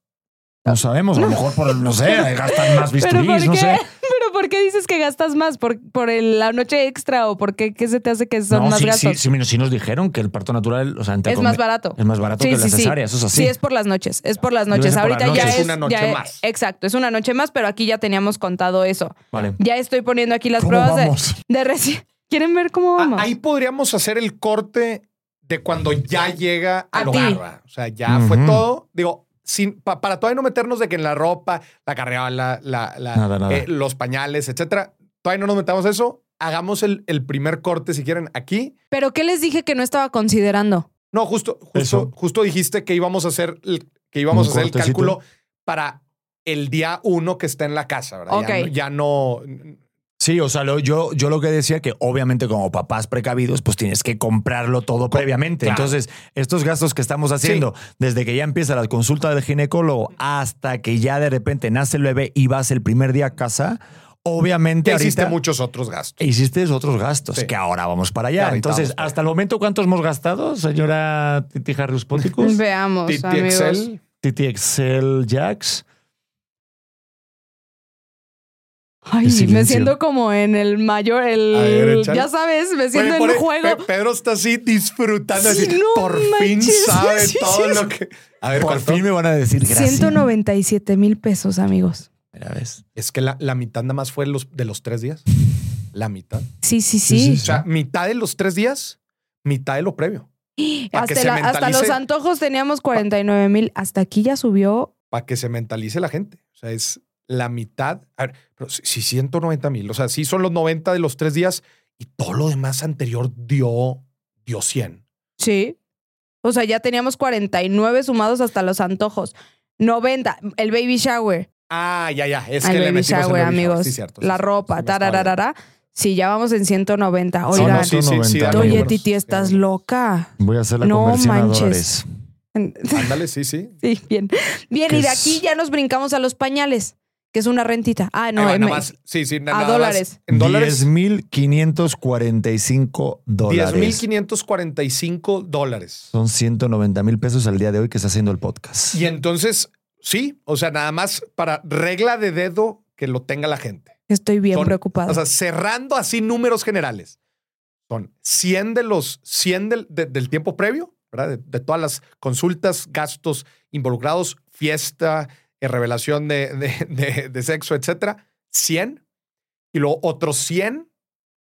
[SPEAKER 1] No sabemos, a lo mejor por, no sé, gastan más
[SPEAKER 3] ¿Pero por,
[SPEAKER 1] bisturís,
[SPEAKER 3] qué?
[SPEAKER 1] no sé.
[SPEAKER 3] ¿Pero por qué dices que gastas más? ¿Por, por el- la noche extra o por qué, qué se te hace que son
[SPEAKER 1] No,
[SPEAKER 3] más
[SPEAKER 1] sí,
[SPEAKER 3] gastos?
[SPEAKER 1] Sí, sí, sí nos dijeron que el parto natural, o sea, entre
[SPEAKER 3] es
[SPEAKER 1] comi-
[SPEAKER 3] más barato.
[SPEAKER 1] Es más barato que la cesárea,
[SPEAKER 3] sí.
[SPEAKER 1] eso es así.
[SPEAKER 3] Sí, es por las noches, es por las
[SPEAKER 1] Lo
[SPEAKER 3] noches.
[SPEAKER 1] dicen por
[SPEAKER 3] Ahorita
[SPEAKER 1] las
[SPEAKER 3] ya
[SPEAKER 1] noches,
[SPEAKER 3] es,
[SPEAKER 1] es
[SPEAKER 2] una noche
[SPEAKER 3] ya es-
[SPEAKER 2] más.
[SPEAKER 3] exacto, es una noche más, pero aquí ya teníamos contado eso.
[SPEAKER 1] Vale.
[SPEAKER 3] Ya estoy poniendo aquí las
[SPEAKER 1] ¿Cómo
[SPEAKER 3] pruebas de-
[SPEAKER 1] vamos?
[SPEAKER 3] de, reci- ¿Quieren ver cómo
[SPEAKER 2] Ah,
[SPEAKER 3] vamos?
[SPEAKER 2] ahí podríamos hacer el corte de cuando ya llega
[SPEAKER 3] A
[SPEAKER 2] al
[SPEAKER 3] ti.
[SPEAKER 2] hogar. ¿verdad? O sea, ya fue
[SPEAKER 1] Ujú.
[SPEAKER 2] todo. Digo, sin, pa- para todavía no meternos de que en la ropa, la carreola, la, la-
[SPEAKER 1] Nada, nada.
[SPEAKER 2] eh, los pañales, etcétera. Todavía no nos metamos eso. Hagamos el, el primer corte, si quieren, aquí.
[SPEAKER 3] Pero ¿qué les dije que no estaba considerando?
[SPEAKER 2] No, justo, justo,
[SPEAKER 1] Eso.
[SPEAKER 2] justo dijiste que íbamos a hacer el, que íbamos a
[SPEAKER 1] Un
[SPEAKER 2] hacer el
[SPEAKER 1] cortecito.
[SPEAKER 2] cálculo para el día uno que está en la casa, ¿verdad? Ya
[SPEAKER 3] Ok.
[SPEAKER 2] no- Ya, no.
[SPEAKER 1] Sí, o sea, lo- yo, yo lo que decía que obviamente como papás precavidos, pues tienes que comprarlo todo previamente.
[SPEAKER 2] claro.
[SPEAKER 1] Entonces, estos gastos que estamos haciendo, desde que ya empieza la consulta del ginecólogo hasta que ya de repente nace el bebé y vas el primer día a casa, obviamente
[SPEAKER 2] Ya hiciste
[SPEAKER 1] ahorita
[SPEAKER 2] muchos otros gastos.
[SPEAKER 1] E hiciste otros gastos
[SPEAKER 2] Sí.
[SPEAKER 1] que ahora vamos para
[SPEAKER 2] Que
[SPEAKER 1] allá.
[SPEAKER 2] ahorita
[SPEAKER 1] Entonces,
[SPEAKER 2] vamos para
[SPEAKER 1] hasta el momento, ¿cuántos hemos gastado, señora Titi Harrius Ponticus?
[SPEAKER 3] Veamos,
[SPEAKER 2] Titi
[SPEAKER 3] Pues, amigos.
[SPEAKER 2] Excel.
[SPEAKER 1] Titi Excel Jax. El
[SPEAKER 3] Ay, me
[SPEAKER 1] silencio.
[SPEAKER 3] siento como en el mayor, el...
[SPEAKER 2] A ver, échale.
[SPEAKER 3] ya sabes, me
[SPEAKER 2] Oye,
[SPEAKER 3] siento en
[SPEAKER 2] por- e-,
[SPEAKER 3] un juego.
[SPEAKER 2] Pe- Pedro está así disfrutando.
[SPEAKER 3] Sí,
[SPEAKER 2] así,
[SPEAKER 3] no
[SPEAKER 2] por fin
[SPEAKER 3] manches.
[SPEAKER 2] sabe
[SPEAKER 3] Sí,
[SPEAKER 2] todo
[SPEAKER 3] sí,
[SPEAKER 2] lo que. A ver,
[SPEAKER 1] Por
[SPEAKER 2] ¿cuánto?
[SPEAKER 1] fin me van a decir gracias.
[SPEAKER 3] 197 mil pesos, amigos.
[SPEAKER 1] Mira, ¿ves?
[SPEAKER 2] Es que la, la mitad nada más fue los, de los tres días. La mitad.
[SPEAKER 3] Sí, sí,
[SPEAKER 1] Sí,
[SPEAKER 3] sí.
[SPEAKER 2] O sea, mitad de los tres días, mitad de lo previo. para que
[SPEAKER 3] hasta,
[SPEAKER 2] se
[SPEAKER 3] la- hasta
[SPEAKER 2] mentalice.
[SPEAKER 3] los antojos teníamos 49 mil. Hasta aquí ya subió.
[SPEAKER 2] Para que se mentalice la gente. O sea, es la mitad. A ver, pero si, si 190 mil. O sea, sí son los 90 de los tres días y todo lo demás anterior dio, dio 100.
[SPEAKER 3] Sí. O sea, ya teníamos 49 sumados hasta los antojos. 90, el baby shower.
[SPEAKER 2] Ah, ya, ya. Es
[SPEAKER 3] al
[SPEAKER 2] que le
[SPEAKER 3] baby
[SPEAKER 2] metimos el
[SPEAKER 3] shower,
[SPEAKER 2] baby shower.
[SPEAKER 3] amigos.
[SPEAKER 2] Sí, cierto, sí,
[SPEAKER 3] la
[SPEAKER 2] cierto. Sí,
[SPEAKER 3] ropa,
[SPEAKER 2] me estaba olvidando.
[SPEAKER 3] tarararara. Sí, ya vamos en 190.
[SPEAKER 2] Sí,
[SPEAKER 3] Oigan,
[SPEAKER 2] no, sí, sí, sí,
[SPEAKER 1] 190.
[SPEAKER 2] dale,
[SPEAKER 1] muy
[SPEAKER 3] oye,
[SPEAKER 1] buenos.
[SPEAKER 3] Titi, estás loca.
[SPEAKER 1] Voy a hacer la
[SPEAKER 3] No
[SPEAKER 1] conversión
[SPEAKER 3] manches.
[SPEAKER 1] a dólares.
[SPEAKER 2] Ándale, sí, sí.
[SPEAKER 3] Sí, bien. Bien,
[SPEAKER 1] Que
[SPEAKER 3] y de
[SPEAKER 1] es-
[SPEAKER 3] aquí ya nos brincamos a los pañales, que es una rentita. Ah, no,
[SPEAKER 2] Ahí va,
[SPEAKER 3] em-
[SPEAKER 2] nada más. Sí, sí, nada
[SPEAKER 3] a
[SPEAKER 2] más.
[SPEAKER 3] dólares.
[SPEAKER 2] En dólares.
[SPEAKER 1] 10.545 dólares.
[SPEAKER 2] 10.545 dólares.
[SPEAKER 1] Son 190 mil pesos al día de hoy que está haciendo el podcast.
[SPEAKER 2] Y entonces, sí, o sea, nada más para regla de dedo que lo tenga la gente.
[SPEAKER 3] estoy bien
[SPEAKER 2] Son-
[SPEAKER 3] preocupada.
[SPEAKER 2] O sea, cerrando así números generales. Son 100 de los 100 del, de- del tiempo previo, ¿verdad? De, de todas las consultas, gastos involucrados, fiesta, eh, revelación de, de- de- de sexo, etcétera. 100. Y luego otros 100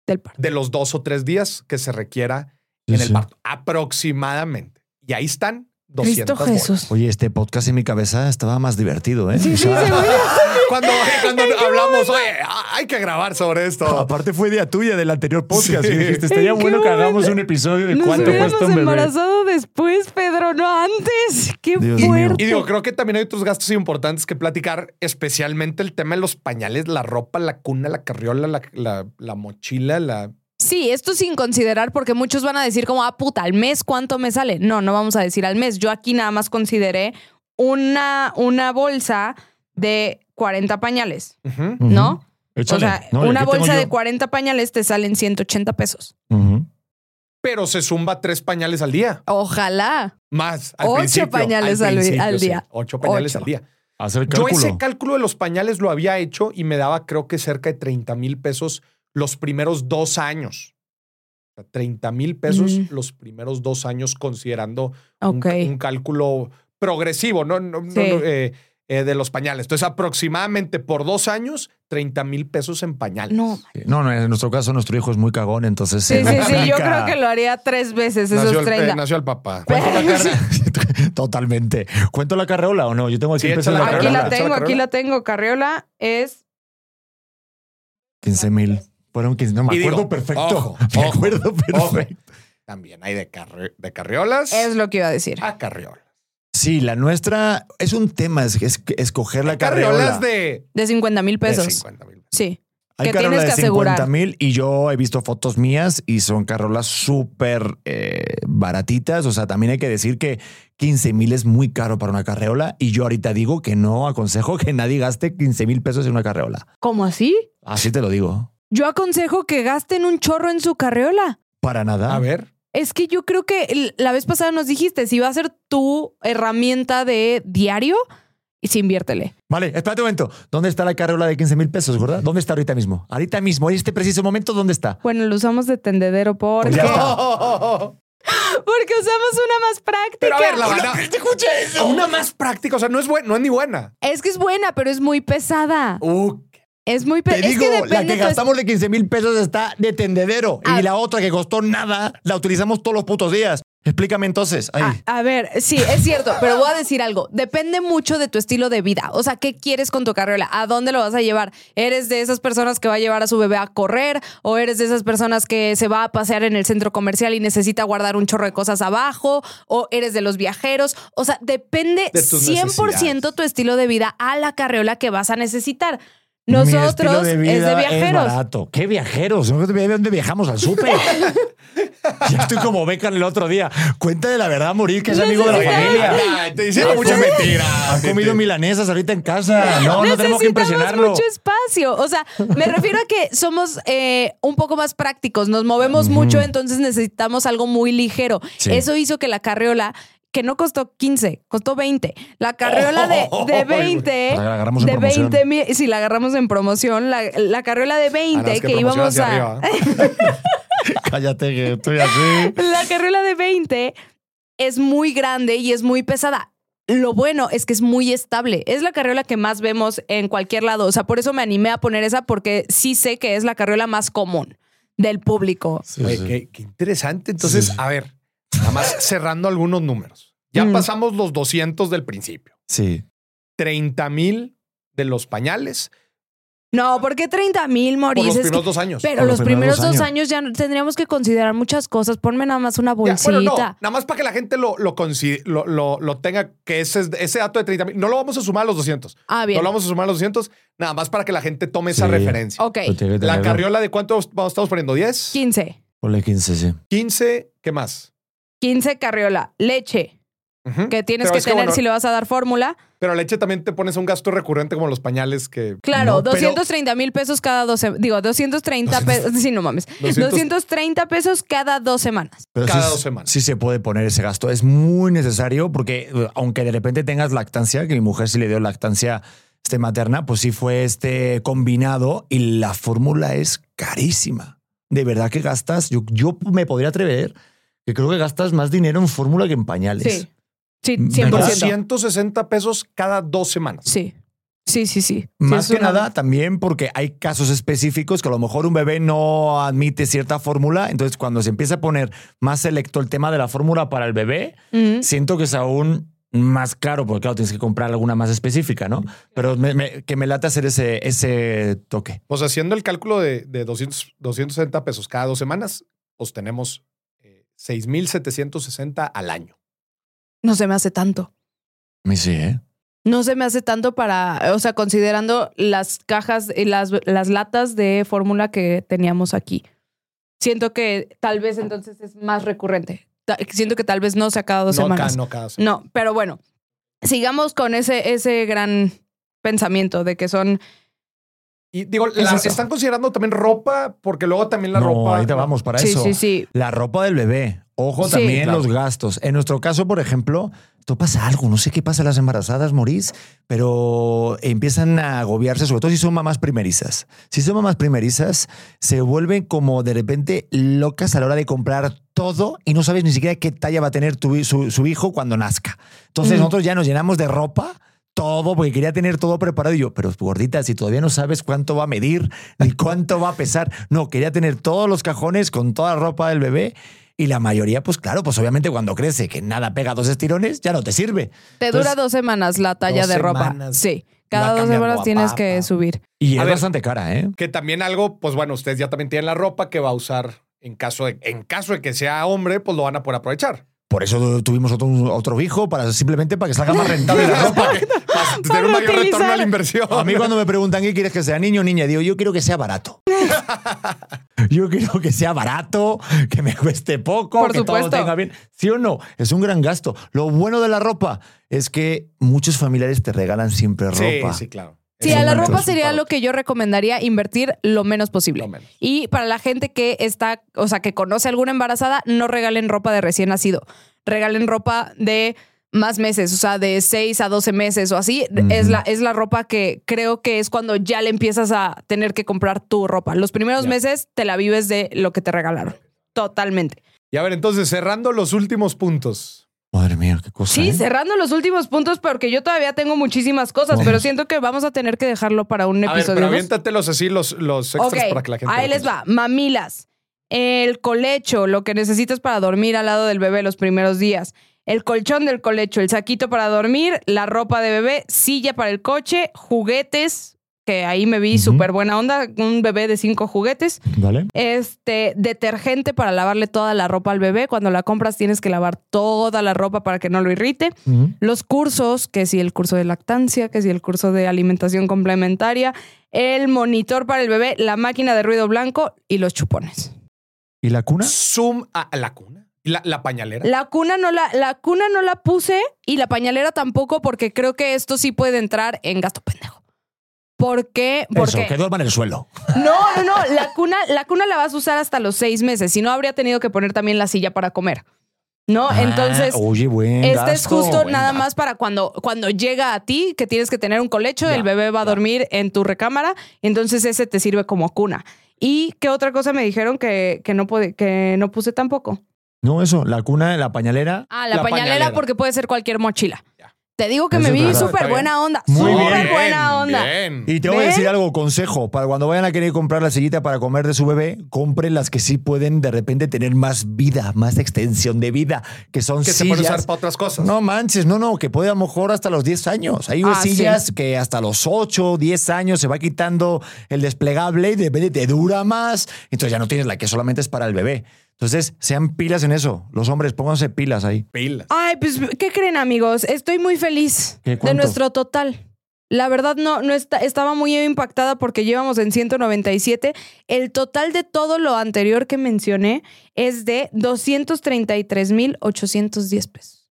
[SPEAKER 3] del par.
[SPEAKER 2] de los dos o tres días que se requiera
[SPEAKER 1] Sí,
[SPEAKER 2] en el
[SPEAKER 1] sí.
[SPEAKER 2] parto, aproximadamente. Y ahí están 200
[SPEAKER 3] Cristo
[SPEAKER 2] bolas.
[SPEAKER 3] Jesús.
[SPEAKER 1] Oye, este podcast en mi cabeza estaba más divertido, ¿eh? O sea,
[SPEAKER 2] cuando, cuando hablamos, oye, ah, hay que grabar sobre esto.
[SPEAKER 1] aparte fue idea tuya del anterior podcast.
[SPEAKER 2] Sí.
[SPEAKER 1] Y dijiste, estaría
[SPEAKER 3] ¿En qué
[SPEAKER 1] bueno que hagamos
[SPEAKER 3] momento?
[SPEAKER 1] un episodio de
[SPEAKER 3] Nos
[SPEAKER 1] cuánto
[SPEAKER 3] hubiéramos
[SPEAKER 1] cuesta un bebé.
[SPEAKER 3] embarazado después, Pedro, no antes. Qué
[SPEAKER 1] Dios mío.
[SPEAKER 3] fuerte.
[SPEAKER 2] Y digo, creo que también hay otros gastos importantes que platicar, especialmente el tema de los pañales, la ropa, la cuna, la carriola, la, la- la mochila, la...
[SPEAKER 3] Sí, esto sin considerar, porque muchos van a decir como, ah, puta, al mes cuánto me sale. No, no vamos a decir al mes. Yo aquí nada más consideré una, una bolsa de 40 pañales,
[SPEAKER 2] Ujú.
[SPEAKER 1] Ujú.
[SPEAKER 3] ¿no? O
[SPEAKER 1] Échale.
[SPEAKER 3] sea,
[SPEAKER 1] No, y
[SPEAKER 3] una
[SPEAKER 1] aquí tengo
[SPEAKER 3] bolsa
[SPEAKER 1] yo.
[SPEAKER 3] de 40 pañales te salen 180 pesos.
[SPEAKER 1] Ujú.
[SPEAKER 2] Pero se zumba tres pañales al día,
[SPEAKER 3] Ojalá.
[SPEAKER 2] más. Al
[SPEAKER 3] Ocho
[SPEAKER 2] principio,
[SPEAKER 3] pañales al-
[SPEAKER 2] principio,
[SPEAKER 3] al
[SPEAKER 2] sí,
[SPEAKER 3] día.
[SPEAKER 2] Ocho pañales
[SPEAKER 3] Ocho.
[SPEAKER 2] al día.
[SPEAKER 1] Hacer el
[SPEAKER 2] Yo ese
[SPEAKER 1] cálculo.
[SPEAKER 2] cálculo de los pañales lo había hecho y me daba creo que cerca de 30 mil pesos los primeros dos años. O sea, 30 mil pesos
[SPEAKER 3] Mm.
[SPEAKER 2] los primeros dos años considerando un-
[SPEAKER 3] Ok.
[SPEAKER 2] un, cálculo progresivo, ¿no? No- no-
[SPEAKER 3] Sí.
[SPEAKER 2] no, eh, eh, de los pañales. Entonces, aproximadamente por dos años, 30 mil pesos en pañales.
[SPEAKER 3] No.
[SPEAKER 1] No, no, en nuestro caso, nuestro hijo es muy cagón, entonces.
[SPEAKER 3] Sí,
[SPEAKER 1] se
[SPEAKER 3] sí, sí. Yo
[SPEAKER 1] complica.
[SPEAKER 3] creo que lo haría tres veces
[SPEAKER 2] Nació
[SPEAKER 3] pues, esos Pues,
[SPEAKER 2] el, eh,
[SPEAKER 3] 30.
[SPEAKER 2] nació el papá.
[SPEAKER 3] Pero-
[SPEAKER 1] Totalmente. ¿Cuento la carreola o no? Yo tengo aquí
[SPEAKER 2] Sí,
[SPEAKER 1] el peso
[SPEAKER 2] échala,
[SPEAKER 1] de la
[SPEAKER 3] Aquí
[SPEAKER 1] carreola.
[SPEAKER 3] la
[SPEAKER 2] Carriola.
[SPEAKER 3] tengo,
[SPEAKER 2] Carriola.
[SPEAKER 3] aquí la tengo. Carriola es
[SPEAKER 1] 15 mil. Fueron 15. No, me
[SPEAKER 2] Y digo,
[SPEAKER 1] acuerdo perfecto.
[SPEAKER 2] ojo,
[SPEAKER 1] me
[SPEAKER 2] ojo,
[SPEAKER 1] acuerdo perfecto.
[SPEAKER 2] También hay de, carri- de carriolas
[SPEAKER 3] Es lo que iba a decir.
[SPEAKER 2] a carriolas.
[SPEAKER 1] Sí, la nuestra es un tema, es, es- escoger la carreola.
[SPEAKER 2] Carriolas de,
[SPEAKER 3] De 50 mil
[SPEAKER 2] de
[SPEAKER 3] pesos.
[SPEAKER 2] 50 mil
[SPEAKER 3] Sí.
[SPEAKER 1] Hay
[SPEAKER 3] que
[SPEAKER 1] carrola
[SPEAKER 3] tienes que
[SPEAKER 1] de
[SPEAKER 3] asegurar.
[SPEAKER 1] 50 mil y yo he visto fotos mías y son carrolas súper eh, baratitas. O sea, también hay que decir que 15 mil es muy caro para una carreola y yo ahorita digo que no aconsejo que nadie gaste 15 mil pesos en una carreola.
[SPEAKER 3] ¿Cómo así?
[SPEAKER 1] Así te lo digo.
[SPEAKER 3] Yo aconsejo que gasten un chorro en su carreola.
[SPEAKER 1] Para nada.
[SPEAKER 2] A ver.
[SPEAKER 3] Es que yo creo que el- la vez pasada nos dijiste, si va a ser tu herramienta de diario, y sí, inviértele.
[SPEAKER 1] Vale, espérate un momento. ¿Dónde está la carreola de 15 mil pesos, gorda? ¿Dónde está ahorita mismo? Ahorita mismo, en este preciso momento, ¿dónde está?
[SPEAKER 3] Bueno, lo usamos de tendedero porque,
[SPEAKER 1] Pues ya está.
[SPEAKER 3] porque usamos una más práctica.
[SPEAKER 2] Pero a ver, la verdad. Escucha eso. Una más práctica. O sea, no es, buena, no es ni buena.
[SPEAKER 3] Es que es buena, pero es muy pesada.
[SPEAKER 1] Uh,
[SPEAKER 3] Es muy
[SPEAKER 1] Te
[SPEAKER 3] pesada. Es
[SPEAKER 1] digo,
[SPEAKER 3] que
[SPEAKER 1] la
[SPEAKER 3] depende
[SPEAKER 1] que
[SPEAKER 3] tu es-
[SPEAKER 1] gastamos de 15 mil pesos está de tendedero.
[SPEAKER 3] Ah.
[SPEAKER 1] Y la otra que costó nada, la utilizamos todos los putos días. Explícame entonces. Ay.
[SPEAKER 3] A, a ver, sí, es cierto, pero voy a decir algo. Depende mucho de tu estilo de vida. O sea, ¿qué quieres con tu carriola? ¿A dónde lo vas a llevar? ¿Eres de esas personas que va a llevar a su bebé a correr? ¿O eres de esas personas que se va a pasear en el centro comercial y necesita guardar un chorro de cosas abajo? ¿O eres de los viajeros? O sea, depende
[SPEAKER 2] De tus
[SPEAKER 3] 100% tu estilo de vida a la carriola que vas a necesitar.
[SPEAKER 1] Mi estilo
[SPEAKER 3] Nosotros es
[SPEAKER 1] vida
[SPEAKER 3] de viajeros.
[SPEAKER 1] barato. ¿Qué viajeros? ¿No te- ¿Dónde viajamos al súper? ya estoy como Becan el otro día. Cuenta de la verdad, morir, que es amigo de la familia.
[SPEAKER 2] Te diciendo
[SPEAKER 1] mucha
[SPEAKER 2] mentira.
[SPEAKER 3] Ah,
[SPEAKER 1] Ha comido milanesas ahorita en casa. No, no tenemos que impresionarlo.
[SPEAKER 3] mucho espacio. O sea, me refiero a que somos eh, un poco más prácticos, nos movemos mucho, entonces necesitamos algo muy ligero.
[SPEAKER 1] Sí.
[SPEAKER 3] Eso hizo que la carriola, que no costó 15, costó 20. La carriola de, de 20,
[SPEAKER 1] Pues Oh, la agarramos en
[SPEAKER 3] de
[SPEAKER 1] promoción.
[SPEAKER 3] 20 mil, si la agarramos en promoción, la, la carriola de
[SPEAKER 1] Ah,
[SPEAKER 3] 20 que, íbamos a...
[SPEAKER 2] ¿eh?
[SPEAKER 1] Cállate que estoy así.
[SPEAKER 3] La carriola de 20 es muy grande y es muy pesada. Lo bueno es que es muy estable. Es la carriola que más vemos en cualquier lado. O sea, por eso me animé a poner esa porque sí sé que es la carriola más común del público.
[SPEAKER 2] Oye, qué, qué interesante. Entonces, a ver, nada más cerrando algunos números. Ya
[SPEAKER 3] Mm.
[SPEAKER 2] pasamos los 200 del principio.
[SPEAKER 1] Sí.
[SPEAKER 2] 30 mil de los pañales
[SPEAKER 3] No, ¿por qué 30 mil,
[SPEAKER 2] por los
[SPEAKER 3] Maurice? Es
[SPEAKER 2] primeros
[SPEAKER 3] que-
[SPEAKER 2] dos años.
[SPEAKER 3] pero
[SPEAKER 1] por
[SPEAKER 3] los primeros dos años ya no- tendríamos que considerar muchas cosas. Ponme nada más una
[SPEAKER 2] Ya,
[SPEAKER 3] bolsita.
[SPEAKER 2] bueno, no, nada más para que la gente lo, lo, consi- lo, lo- lo tenga, que ese, ese dato de 30 mil, no lo vamos a sumar a los 200.
[SPEAKER 3] ah, bien.
[SPEAKER 2] No lo vamos a sumar a los 200, nada más para que la gente tome esa
[SPEAKER 1] Sí.
[SPEAKER 2] referencia.
[SPEAKER 3] ok,
[SPEAKER 2] La carriola de cuánto vamos- estamos poniendo? ¿10?
[SPEAKER 3] 15.
[SPEAKER 1] Ponle 15, sí.
[SPEAKER 2] 15, ¿qué más?
[SPEAKER 3] 15 carriola. Leche,
[SPEAKER 2] Ujú.
[SPEAKER 3] que tienes
[SPEAKER 2] Pero
[SPEAKER 3] que
[SPEAKER 2] es que,
[SPEAKER 3] tener
[SPEAKER 2] bueno,
[SPEAKER 3] si le vas a dar fórmula.
[SPEAKER 2] Pero a leche también te pones un gasto recurrente como los pañales que...
[SPEAKER 1] No,
[SPEAKER 3] Claro,
[SPEAKER 1] pero-
[SPEAKER 3] 230 mil pesos cada 12, digo, 230 pesos, sí, no mames,
[SPEAKER 2] 200.
[SPEAKER 3] 230 pesos cada dos semanas.
[SPEAKER 1] Pero
[SPEAKER 2] cada
[SPEAKER 1] sí,
[SPEAKER 2] dos semanas.
[SPEAKER 1] Sí se puede poner ese gasto. Es muy necesario porque eh, aunque de repente tengas lactancia, que mi mujer sí le dio lactancia este, materna, pues sí fue este combinado y la fórmula es carísima. De verdad que gastas, yo, yo me podría atrever que creo que gastas más dinero en fórmula que en pañales.
[SPEAKER 3] Sí, sí,
[SPEAKER 1] ¿Verdad?
[SPEAKER 3] 100%.
[SPEAKER 2] 260 pesos cada dos semanas.
[SPEAKER 3] Sí, sí, sí, sí. Sí,
[SPEAKER 1] Más
[SPEAKER 3] es
[SPEAKER 1] que
[SPEAKER 3] una-
[SPEAKER 1] nada también porque hay casos específicos que a lo mejor un bebé no admite cierta fórmula, entonces cuando se empieza a poner más selecto el tema de la fórmula para el bebé,
[SPEAKER 3] Ujú.
[SPEAKER 1] siento que es aún más caro, porque claro, tienes que comprar alguna más específica, ¿no? Pero me- me- que me late hacer ese, ese toque.
[SPEAKER 2] O sea, haciendo el cálculo de, de 200, 260 pesos cada dos semanas, pues tenemos eh, 6.760 al año.
[SPEAKER 3] No se me hace tanto.
[SPEAKER 1] Me sí, ¿eh?
[SPEAKER 3] No se me hace tanto para, o sea, considerando las cajas, y las, las latas de fórmula que teníamos aquí. Siento que tal vez entonces es más recurrente. Ta- Siento que tal vez no sea cada dos
[SPEAKER 2] no,
[SPEAKER 3] semanas.
[SPEAKER 2] ca- no cada semana.
[SPEAKER 3] No, pero bueno, sigamos con ese, ese gran pensamiento de que son.
[SPEAKER 2] Y digo,
[SPEAKER 3] Es
[SPEAKER 2] la-
[SPEAKER 3] eso.
[SPEAKER 2] están considerando también ropa, porque luego también la
[SPEAKER 1] no,
[SPEAKER 2] ropa.
[SPEAKER 1] ahorita
[SPEAKER 2] no.
[SPEAKER 1] vamos para
[SPEAKER 3] sí,
[SPEAKER 1] eso.
[SPEAKER 3] sí, sí.
[SPEAKER 1] La ropa del bebé. Ojo
[SPEAKER 3] Sí.
[SPEAKER 1] también
[SPEAKER 2] Claro.
[SPEAKER 1] los gastos. En nuestro caso, por ejemplo, esto pasa algo. No sé qué pasa a las embarazadas, Morís, pero empiezan a agobiarse, sobre todo si son mamás primerizas. Si son mamás primerizas, se vuelven como de repente locas a la hora de comprar todo y no sabes ni siquiera qué talla va a tener tu, su, su hijo cuando nazca. Entonces
[SPEAKER 3] Ujú.
[SPEAKER 1] nosotros ya nos llenamos de ropa. Todo, porque quería tener todo preparado. Y yo, pero gordita, si todavía no sabes cuánto va a medir ni cuánto va a pesar. No, quería tener todos los cajones con toda la ropa del bebé. Y la mayoría, pues claro, pues obviamente cuando crece, que nada pega dos estirones, ya no te sirve.
[SPEAKER 3] Te
[SPEAKER 1] Entonces,
[SPEAKER 3] dura dos semanas la talla
[SPEAKER 2] dos
[SPEAKER 3] de ropa.
[SPEAKER 2] semanas.
[SPEAKER 3] Sí.
[SPEAKER 2] Va
[SPEAKER 3] Cada dos
[SPEAKER 2] cambiando
[SPEAKER 3] semanas
[SPEAKER 2] a
[SPEAKER 3] tienes
[SPEAKER 2] papa.
[SPEAKER 3] que subir.
[SPEAKER 1] Y
[SPEAKER 2] A
[SPEAKER 1] es
[SPEAKER 2] ver.
[SPEAKER 1] bastante cara, ¿eh?
[SPEAKER 2] Que también algo, pues bueno, ustedes ya también tienen la ropa que va a usar en caso de, en caso de que sea hombre, pues lo van a poder aprovechar.
[SPEAKER 1] Por eso tuvimos otro, otro hijo, para, simplemente para que salga más rentable la ropa.
[SPEAKER 2] para, que- para tener un mayor
[SPEAKER 3] utilizar.
[SPEAKER 2] retorno a la inversión.
[SPEAKER 1] A mí cuando me preguntan qué quieres que sea, niño o niña, digo, yo quiero que sea barato. Yo quiero que sea barato, que me cueste poco,
[SPEAKER 3] Por
[SPEAKER 1] que
[SPEAKER 3] supuesto.
[SPEAKER 1] todo tenga bien. ¿Sí o no? Es un gran gasto. Lo bueno de la ropa es que muchos familiares te regalan siempre
[SPEAKER 2] Sí,
[SPEAKER 1] ropa.
[SPEAKER 2] sí, claro.
[SPEAKER 3] Sí,
[SPEAKER 1] Es
[SPEAKER 3] a
[SPEAKER 1] un
[SPEAKER 3] la
[SPEAKER 1] gran
[SPEAKER 3] ropa
[SPEAKER 1] gasto.
[SPEAKER 3] sería lo que yo recomendaría invertir lo menos posible.
[SPEAKER 2] Lo menos.
[SPEAKER 3] Y para la gente que está, o sea, que conoce alguna embarazada, no regalen ropa de recién nacido. Regalen ropa de más meses, o sea, de 6 a 12 meses o así. es,
[SPEAKER 1] Ujú.
[SPEAKER 3] la, es la ropa que creo que es cuando ya le empiezas a tener que comprar tu ropa. Los primeros
[SPEAKER 2] Ya.
[SPEAKER 3] meses te la vives de lo que te regalaron. Totalmente.
[SPEAKER 2] Y a ver, entonces, cerrando los últimos puntos.
[SPEAKER 1] Madre mía, qué cosa.
[SPEAKER 3] Sí,
[SPEAKER 1] ¿eh?
[SPEAKER 3] cerrando los últimos puntos porque yo todavía tengo muchísimas cosas,
[SPEAKER 1] Vamos.
[SPEAKER 3] pero siento que vamos a tener que dejarlo para un
[SPEAKER 2] A ver,
[SPEAKER 3] episodio.
[SPEAKER 2] pero
[SPEAKER 3] dos.
[SPEAKER 2] aviéntatelos así los, los extras
[SPEAKER 3] Ok,
[SPEAKER 2] para que la gente.
[SPEAKER 3] Ahí
[SPEAKER 2] lo
[SPEAKER 3] les
[SPEAKER 2] piense.
[SPEAKER 3] va. Mamilas. El colecho, lo que necesitas para dormir al lado del bebé los primeros días. El colchón del colecho, el saquito para dormir, la ropa de bebé, silla para el coche, juguetes, que ahí me vi
[SPEAKER 1] Ujú.
[SPEAKER 3] súper buena onda, un bebé de cinco juguetes.
[SPEAKER 1] ¿Vale?
[SPEAKER 3] Este, detergente para lavarle toda la ropa al bebé. Cuando la compras tienes que lavar toda la ropa para que no lo irrite.
[SPEAKER 1] Ujú.
[SPEAKER 3] Los cursos, que si el curso de lactancia, que si el curso de alimentación complementaria, el monitor para el bebé, la máquina de ruido blanco y los chupones.
[SPEAKER 1] ¿Y la cuna?
[SPEAKER 2] Zoom a a la cuna. La, la pañalera.
[SPEAKER 3] La cuna no la, la cuna no la puse y la pañalera tampoco, porque creo que esto sí puede entrar en gasto pendejo. ¿Por qué?
[SPEAKER 1] Eso,
[SPEAKER 3] Porque
[SPEAKER 1] que duerma en el suelo.
[SPEAKER 3] no, no, no. La cuna, la cuna la vas a usar hasta los seis meses. Si no, habría tenido que poner también la silla para comer. ¿No?
[SPEAKER 1] Ah,
[SPEAKER 3] Entonces.
[SPEAKER 1] Oye, buen
[SPEAKER 3] Este es
[SPEAKER 1] gasto.
[SPEAKER 3] justo
[SPEAKER 2] buen
[SPEAKER 3] nada
[SPEAKER 2] dato.
[SPEAKER 3] más para cuando, cuando llega a ti, que tienes que tener un colecho,
[SPEAKER 2] Ya,
[SPEAKER 3] el bebé va a
[SPEAKER 2] ya.
[SPEAKER 3] dormir en tu recámara, entonces ese te sirve como cuna. ¿Y qué otra cosa me dijeron que, que no, pude, que no puse tampoco?
[SPEAKER 1] No, eso, la cuna, la pañalera.
[SPEAKER 3] Ah, la,
[SPEAKER 2] La
[SPEAKER 3] pañalera,
[SPEAKER 2] pañalera.
[SPEAKER 3] porque puede ser cualquier mochila.
[SPEAKER 2] Ya.
[SPEAKER 3] Te digo que
[SPEAKER 1] Eso
[SPEAKER 3] me
[SPEAKER 1] es
[SPEAKER 3] vi
[SPEAKER 1] verdad.
[SPEAKER 3] súper
[SPEAKER 2] Está
[SPEAKER 3] buena onda.
[SPEAKER 1] Muy
[SPEAKER 3] Súper
[SPEAKER 1] bien,
[SPEAKER 3] buena onda.
[SPEAKER 2] Bien.
[SPEAKER 1] Y te voy a
[SPEAKER 3] ¿Ven?
[SPEAKER 1] decir algo, consejo, para cuando vayan a querer comprar la sillita para comer de su bebé, compren las que sí pueden de repente tener más vida, más extensión de vida, que son
[SPEAKER 2] que se
[SPEAKER 1] sillas.
[SPEAKER 2] puede usar para otras cosas.
[SPEAKER 1] No manches, no, no, que puede a lo mejor hasta los 10 años. Hay
[SPEAKER 3] Ah,
[SPEAKER 1] sillas que hasta los 8, 10 años se va quitando el desplegable y de repente te dura más. Entonces ya no tienes la que solamente es para el bebé. Entonces, sean pilas en eso. Los hombres, pónganse pilas ahí.
[SPEAKER 2] Pilas.
[SPEAKER 3] Ay, pues, ¿qué creen, amigos? Estoy muy feliz
[SPEAKER 1] ¿Qué,
[SPEAKER 3] de
[SPEAKER 1] cuánto?
[SPEAKER 3] nuestro total. La verdad, no, no está- estaba muy impactada porque llevamos en 197. El total de todo lo anterior que mencioné es de 233,810 pesos.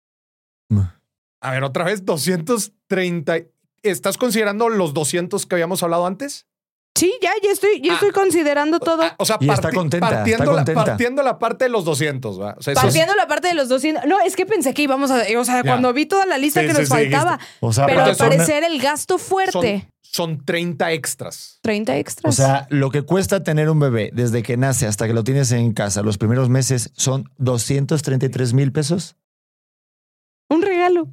[SPEAKER 2] A ver, otra vez, 230. ¿Estás considerando los 200 que habíamos hablado antes?
[SPEAKER 3] Sí, ya, ya estoy, ya
[SPEAKER 2] Ah.
[SPEAKER 3] estoy considerando todo.
[SPEAKER 2] Ah, o sea,
[SPEAKER 1] Y está
[SPEAKER 2] parti-
[SPEAKER 1] contenta,
[SPEAKER 2] partiendo,
[SPEAKER 1] está
[SPEAKER 2] la-
[SPEAKER 1] contenta.
[SPEAKER 2] partiendo la parte de los 200, ¿va? O sea, eso es-
[SPEAKER 3] Partiendo la parte de los 200. No, es que pensé que íbamos a. O sea,
[SPEAKER 2] Ya.
[SPEAKER 3] cuando vi toda la lista
[SPEAKER 2] Sí,
[SPEAKER 3] que
[SPEAKER 2] sí,
[SPEAKER 3] nos
[SPEAKER 2] sí,
[SPEAKER 3] faltaba.
[SPEAKER 1] O sea,
[SPEAKER 3] Pero
[SPEAKER 1] para
[SPEAKER 3] al
[SPEAKER 2] son-
[SPEAKER 3] parecer el gasto fuerte.
[SPEAKER 2] son, son 30 extras.
[SPEAKER 3] 30
[SPEAKER 1] O
[SPEAKER 3] extras.
[SPEAKER 1] sea, lo que cuesta tener un bebé desde que nace hasta que lo tienes en casa los primeros meses son 233 mil pesos.
[SPEAKER 3] un regalo.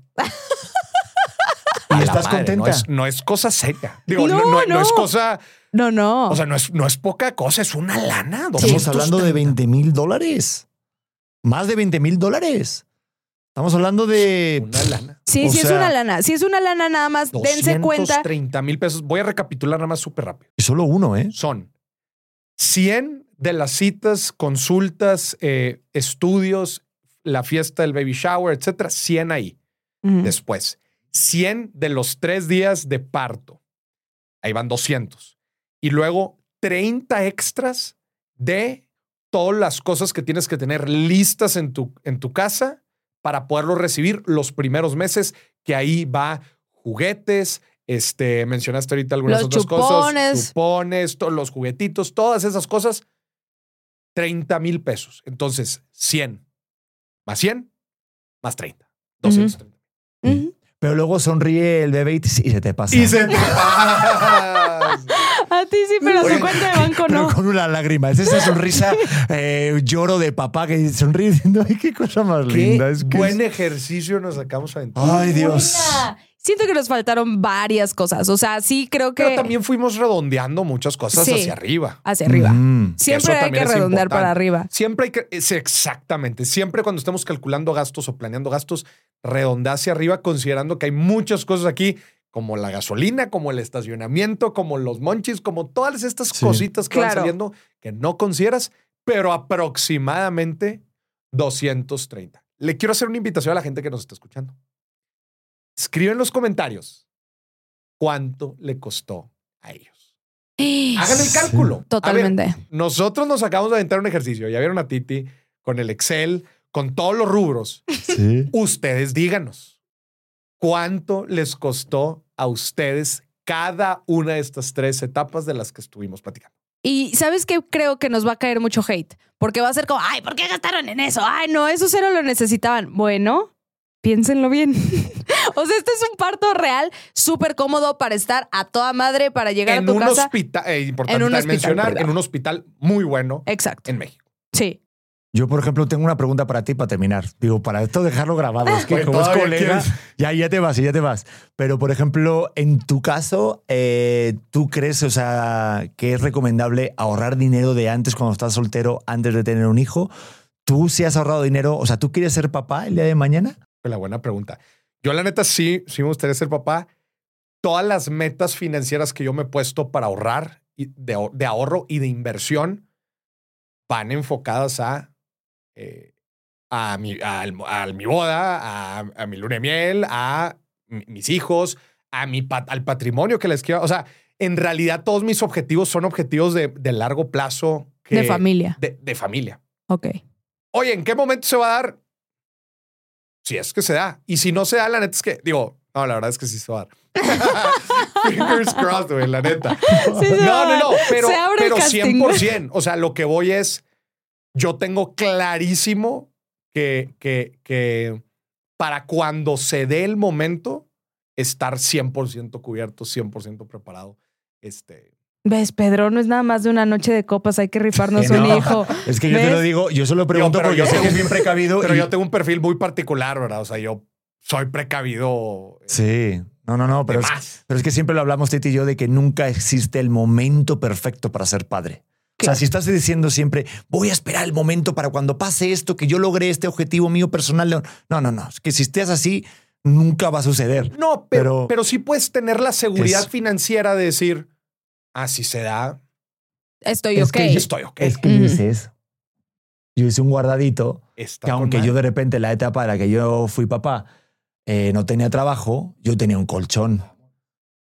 [SPEAKER 1] ¿Y
[SPEAKER 2] A la
[SPEAKER 1] estás
[SPEAKER 2] madre,
[SPEAKER 1] contenta?
[SPEAKER 2] No es, no es cosa seria. Digo, no,
[SPEAKER 3] No,
[SPEAKER 2] no- no
[SPEAKER 3] no.
[SPEAKER 2] es cosa.
[SPEAKER 3] No, no.
[SPEAKER 2] O sea, no es, no es poca cosa, es una lana.
[SPEAKER 1] Oh. Estamos
[SPEAKER 2] 200.
[SPEAKER 1] hablando de 20 mil dólares. Más de 20 mil dólares. Estamos hablando de...
[SPEAKER 2] Una lana.
[SPEAKER 3] Sí,
[SPEAKER 1] O
[SPEAKER 3] sí es
[SPEAKER 1] sea,
[SPEAKER 3] una lana. Sí es una lana nada más. Dense cuenta.
[SPEAKER 2] 30 mil pesos. Voy a recapitular nada más súper rápido.
[SPEAKER 1] y Solo uno, ¿eh?
[SPEAKER 2] Son 100 de las citas, consultas, eh, estudios, la fiesta del baby shower, etcétera. 100 ahí.
[SPEAKER 3] Ujú.
[SPEAKER 2] Después, 100 de los tres días de parto. Ahí van 200. Y luego 30 extras de todas las cosas que tienes que tener listas en tu, en tu casa para poderlo recibir los primeros meses, que ahí va juguetes, este, mencionaste ahorita algunas
[SPEAKER 3] Los
[SPEAKER 2] otras
[SPEAKER 3] chupones.
[SPEAKER 2] cosas, chupones, to- los juguetitos, todas esas cosas, 30 mil pesos. Entonces, 100 más 100 más 30, 230.
[SPEAKER 3] Ujú.
[SPEAKER 1] Pero luego sonríe el bebé y, te- y se te pasa.
[SPEAKER 2] Y se te pasa.
[SPEAKER 3] A ti sí, pero
[SPEAKER 1] Oye,
[SPEAKER 3] su cuenta de banco
[SPEAKER 1] Pero
[SPEAKER 3] no.
[SPEAKER 1] con una lágrima. Es esa sonrisa, eh, lloro de papá que sonríe diciendo, ay, qué cosa más linda. Es que
[SPEAKER 2] Buen
[SPEAKER 1] es-
[SPEAKER 2] ejercicio nos sacamos a
[SPEAKER 1] Ay, Dios.
[SPEAKER 3] Buena. Siento que nos faltaron varias cosas. O sea, sí creo que.
[SPEAKER 2] Pero también fuimos redondeando muchas cosas
[SPEAKER 3] Sí.
[SPEAKER 2] hacia arriba.
[SPEAKER 3] Hacia arriba.
[SPEAKER 1] Mm.
[SPEAKER 2] eso
[SPEAKER 3] Siempre hay
[SPEAKER 2] también
[SPEAKER 3] que
[SPEAKER 2] es
[SPEAKER 3] redondear
[SPEAKER 2] importante.
[SPEAKER 3] para arriba.
[SPEAKER 2] Siempre hay que. es exactamente. Siempre cuando estemos calculando gastos o planeando gastos, redondea hacia arriba, considerando que hay muchas cosas aquí, como la gasolina, como el estacionamiento, como los monchis, como todas estas
[SPEAKER 1] Sí.
[SPEAKER 2] cositas que van
[SPEAKER 3] Claro.
[SPEAKER 2] saliendo que no consideras, pero aproximadamente 230. le quiero hacer una invitación a la gente que nos está escuchando. Escribe en los comentarios cuánto le costó a ellos. Hagan el cálculo. A ver,
[SPEAKER 3] Totalmente.
[SPEAKER 2] nosotros nos acabamos de aventar un ejercicio. Ya vieron a Titi con el Excel, con todos los rubros.
[SPEAKER 1] Sí.
[SPEAKER 2] Ustedes díganos cuánto les costó a ustedes cada una de estas tres etapas de las que estuvimos platicando.
[SPEAKER 3] Y sabes que creo que nos va a caer mucho hate, porque va a ser como, ay, ¿por qué gastaron en eso? Ay, no, eso cero lo necesitaban. Bueno, piénsenlo bien. o sea, este es un parto real, súper cómodo para estar a toda madre, para llegar
[SPEAKER 2] en
[SPEAKER 3] a tu
[SPEAKER 2] un
[SPEAKER 3] casa.
[SPEAKER 2] hospital, eh, importante
[SPEAKER 3] en un
[SPEAKER 2] también
[SPEAKER 3] hospital
[SPEAKER 2] mencionar,
[SPEAKER 3] privado.
[SPEAKER 2] en un hospital muy bueno
[SPEAKER 3] Exacto.
[SPEAKER 2] en México.
[SPEAKER 3] Sí.
[SPEAKER 1] Yo, por ejemplo, tengo una pregunta para ti para terminar. Digo, para esto dejarlo grabado. Es que
[SPEAKER 2] Oye,
[SPEAKER 1] como es
[SPEAKER 2] todavía
[SPEAKER 1] colega,
[SPEAKER 2] quieres.
[SPEAKER 1] ya, ya te vas, ya te vas. Pero, por ejemplo, en tu caso, eh, ¿tú crees, o sea, que es recomendable ahorrar dinero de antes cuando estás soltero, antes de tener un hijo? ¿Tú sí has ahorrado dinero? O sea, ¿tú quieres ser papá el día de mañana?
[SPEAKER 2] Fue la buena pregunta. Yo la neta sí, sí me gustaría ser papá. Todas las metas financieras que yo me he puesto para ahorrar, y de, ahor- de ahorro y de inversión, van enfocadas a, eh, a, mi, al- al- mi boda, a, a mi luna de miel, a mi- mis hijos, a mi, pat- al patrimonio que les quiero. O sea, en realidad todos mis objetivos son objetivos de, de largo plazo. que-
[SPEAKER 3] De familia.
[SPEAKER 2] de- de familia.
[SPEAKER 3] Ok.
[SPEAKER 2] Oye, ¿en qué momento se va a dar? Si es que se da. Y si no se da, la neta es que, digo, no, la verdad es que sí se va a dar. Fingers crossed, güey, la neta.
[SPEAKER 3] Sí, se va
[SPEAKER 2] no,
[SPEAKER 3] a
[SPEAKER 2] no,
[SPEAKER 3] dar.
[SPEAKER 2] no, pero,
[SPEAKER 3] Se abre el
[SPEAKER 2] pero
[SPEAKER 3] casting.
[SPEAKER 2] 100%. O sea, lo que voy es, yo tengo clarísimo que, que, que para cuando se dé el momento, estar 100% cubierto, 100% preparado. Este,
[SPEAKER 3] ¿Ves, Pedro? No es nada más de una noche de copas, hay que rifarnos
[SPEAKER 1] Que no.
[SPEAKER 3] un hijo.
[SPEAKER 1] Es que yo te
[SPEAKER 3] ¿Ves?
[SPEAKER 1] lo digo, yo solo pregunto
[SPEAKER 2] pero
[SPEAKER 1] porque
[SPEAKER 2] yo
[SPEAKER 1] yo sé que
[SPEAKER 2] tengo-
[SPEAKER 1] es bien precavido.
[SPEAKER 2] pero
[SPEAKER 1] y-
[SPEAKER 2] yo tengo un perfil muy particular, ¿verdad? O sea, yo soy precavido. eh,
[SPEAKER 1] Sí. No, no, no, pero
[SPEAKER 2] de
[SPEAKER 1] es,
[SPEAKER 2] más.
[SPEAKER 1] Pero es que siempre lo hablamos, Titi y yo, de que nunca existe el momento perfecto para ser padre. O sea, si estás diciendo siempre, voy a esperar el momento para cuando pase esto, que yo logre este objetivo mío personal. no, No, no, no. Es que si estás así, nunca va a suceder.
[SPEAKER 2] No, pero, pero,
[SPEAKER 1] Pero-
[SPEAKER 2] sí puedes tener la seguridad
[SPEAKER 1] Es-
[SPEAKER 2] financiera de decir, ah, si se da,
[SPEAKER 3] Estoy
[SPEAKER 1] Es
[SPEAKER 3] ok.
[SPEAKER 1] que yo-
[SPEAKER 2] estoy ok.
[SPEAKER 1] que
[SPEAKER 3] Ujú.
[SPEAKER 1] dices, yo hice un guardadito
[SPEAKER 2] Está
[SPEAKER 1] que
[SPEAKER 2] con
[SPEAKER 1] aunque
[SPEAKER 2] madre.
[SPEAKER 1] yo de repente la etapa en la que yo fui papá eh, no tenía trabajo, yo tenía un colchón.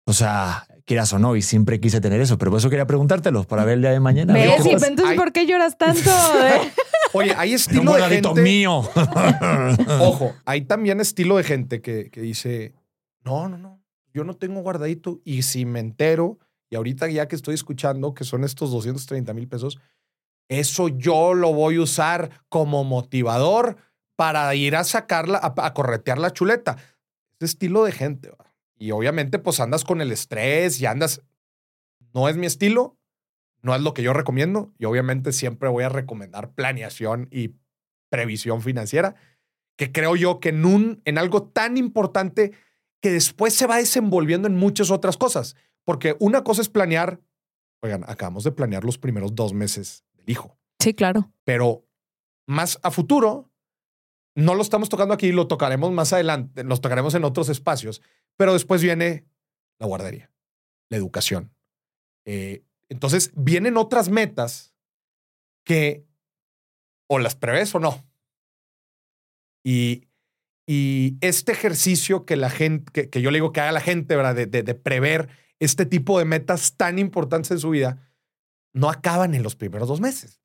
[SPEAKER 1] O sea, quieras o no, y siempre quise tener eso. Pero por eso quería preguntártelo, para ver el día de mañana. a ver
[SPEAKER 3] ¿Ves?
[SPEAKER 1] qué
[SPEAKER 3] Y
[SPEAKER 1] pasa.
[SPEAKER 3] entonces,
[SPEAKER 2] Ay.
[SPEAKER 3] ¿por qué lloras tanto? eh?
[SPEAKER 2] Oye, hay
[SPEAKER 1] Era un
[SPEAKER 2] estilo de
[SPEAKER 1] guardadito
[SPEAKER 2] gente...
[SPEAKER 1] mío.
[SPEAKER 2] Ojo, hay también estilo de gente que, que dice, no, no, no, yo no tengo guardadito. Y si me entero, y ahorita ya que estoy escuchando que son estos 230 mil pesos, eso yo lo voy a usar como motivador para ir a sacarla, a, a corretear la chuleta. Ese estilo de gente. ¿va? Y obviamente pues andas con el estrés y andas... No es mi estilo, no es lo que yo recomiendo y obviamente siempre voy a recomendar planeación y previsión financiera que creo yo que en, un, en algo tan importante que después se va desenvolviendo en muchas otras cosas. Porque una cosa es planear, oigan, acabamos de planear los primeros dos meses del hijo,
[SPEAKER 3] Sí, claro.
[SPEAKER 2] pero más a futuro, no lo estamos tocando aquí, lo tocaremos más adelante, los tocaremos en otros espacios, pero después viene la guardería, la educación. Eh, entonces vienen otras metas que o las prevés o no. Y, y este ejercicio que la gente, que, que yo le digo que haga la gente, ¿verdad? De, de- de prever este tipo de metas tan importantes en su vida, no acaban en los primeros dos meses.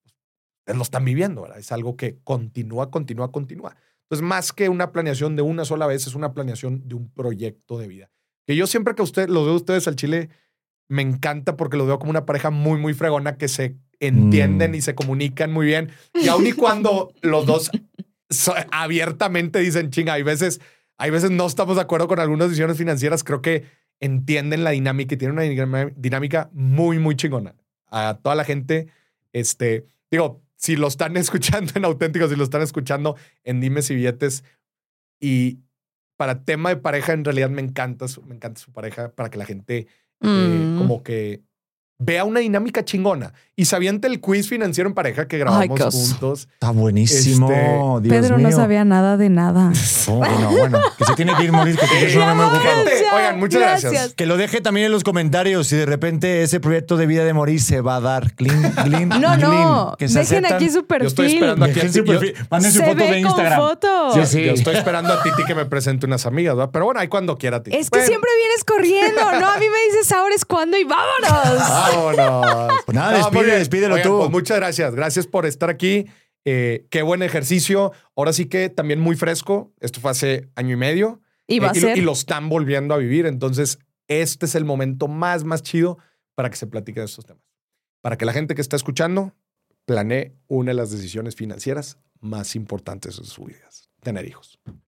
[SPEAKER 2] Ustedes Lo están viviendo, ¿verdad? Es algo que continúa, continúa, continúa. Entonces, más que una planeación de una sola vez, es una planeación de un proyecto de vida. Que yo siempre que usted, los veo a ustedes al Chile, me encanta porque los veo como una pareja muy, muy fregona que se entienden
[SPEAKER 1] Mm.
[SPEAKER 2] y se comunican muy bien. Y aun y cuando los dos so- abiertamente dicen, chinga, hay veces, hay veces no estamos de acuerdo con algunas decisiones financieras, creo que entienden la dinámica y tienen una dinam- dinámica muy, muy chingona. A toda la gente, este, digo, si lo están escuchando en auténticos, si lo están escuchando en Dimes y Billetes y para tema de pareja, en realidad me encanta, su- me encanta su pareja para que la gente eh,
[SPEAKER 3] Mm.
[SPEAKER 2] como que vea una dinámica chingona. Y se avienta el quiz financiero en pareja que grabamos
[SPEAKER 3] qué oso.
[SPEAKER 2] juntos.
[SPEAKER 1] Está buenísimo.
[SPEAKER 2] Este,
[SPEAKER 1] Dios
[SPEAKER 3] Pedro
[SPEAKER 1] mío.
[SPEAKER 3] no sabía nada de nada.
[SPEAKER 1] No, bueno, bueno, que se tiene que ir morir, que eso no me ocupa.
[SPEAKER 2] Gente, oigan, muchas gracias.
[SPEAKER 1] Que lo deje también en los comentarios si de repente ese proyecto de vida de morir se va a dar. Clean, clean,
[SPEAKER 2] Ah,
[SPEAKER 3] No, no. Dejen aquí su perfil.
[SPEAKER 2] Yo estoy esperando aquí. a
[SPEAKER 1] Dejen su
[SPEAKER 2] ti. Yo-
[SPEAKER 1] perfil. Manden su
[SPEAKER 3] Se
[SPEAKER 1] foto
[SPEAKER 3] ve
[SPEAKER 1] de
[SPEAKER 3] con
[SPEAKER 1] Instagram.
[SPEAKER 3] foto.
[SPEAKER 1] Sí,
[SPEAKER 2] Yo,
[SPEAKER 1] sí.
[SPEAKER 2] yo estoy esperando a Titi que me presente unas amigas, ¿verdad? Pero bueno, ahí cuando quiera, Titi.
[SPEAKER 3] Es que
[SPEAKER 2] Bueno,
[SPEAKER 3] siempre vienes corriendo, ¿no? A mí me dices ahora es cuando y vámonos.
[SPEAKER 2] Vámonos.
[SPEAKER 1] Pues nada,
[SPEAKER 2] muy
[SPEAKER 1] despide,
[SPEAKER 2] bien.
[SPEAKER 1] despídelo
[SPEAKER 2] Oigan,
[SPEAKER 1] tú.
[SPEAKER 2] pues muchas gracias. Gracias por estar aquí. Eh, qué buen ejercicio. Ahora sí que también muy fresco. Esto fue hace año y medio.
[SPEAKER 3] Y va
[SPEAKER 2] Eh,
[SPEAKER 3] a
[SPEAKER 2] y lo-
[SPEAKER 3] ser.
[SPEAKER 2] y lo están volviendo a vivir. Entonces, este es el momento más, más chido para que se platique de estos temas. Para que la gente que está escuchando planee una de las decisiones financieras más importantes de sus vidas. Tener hijos.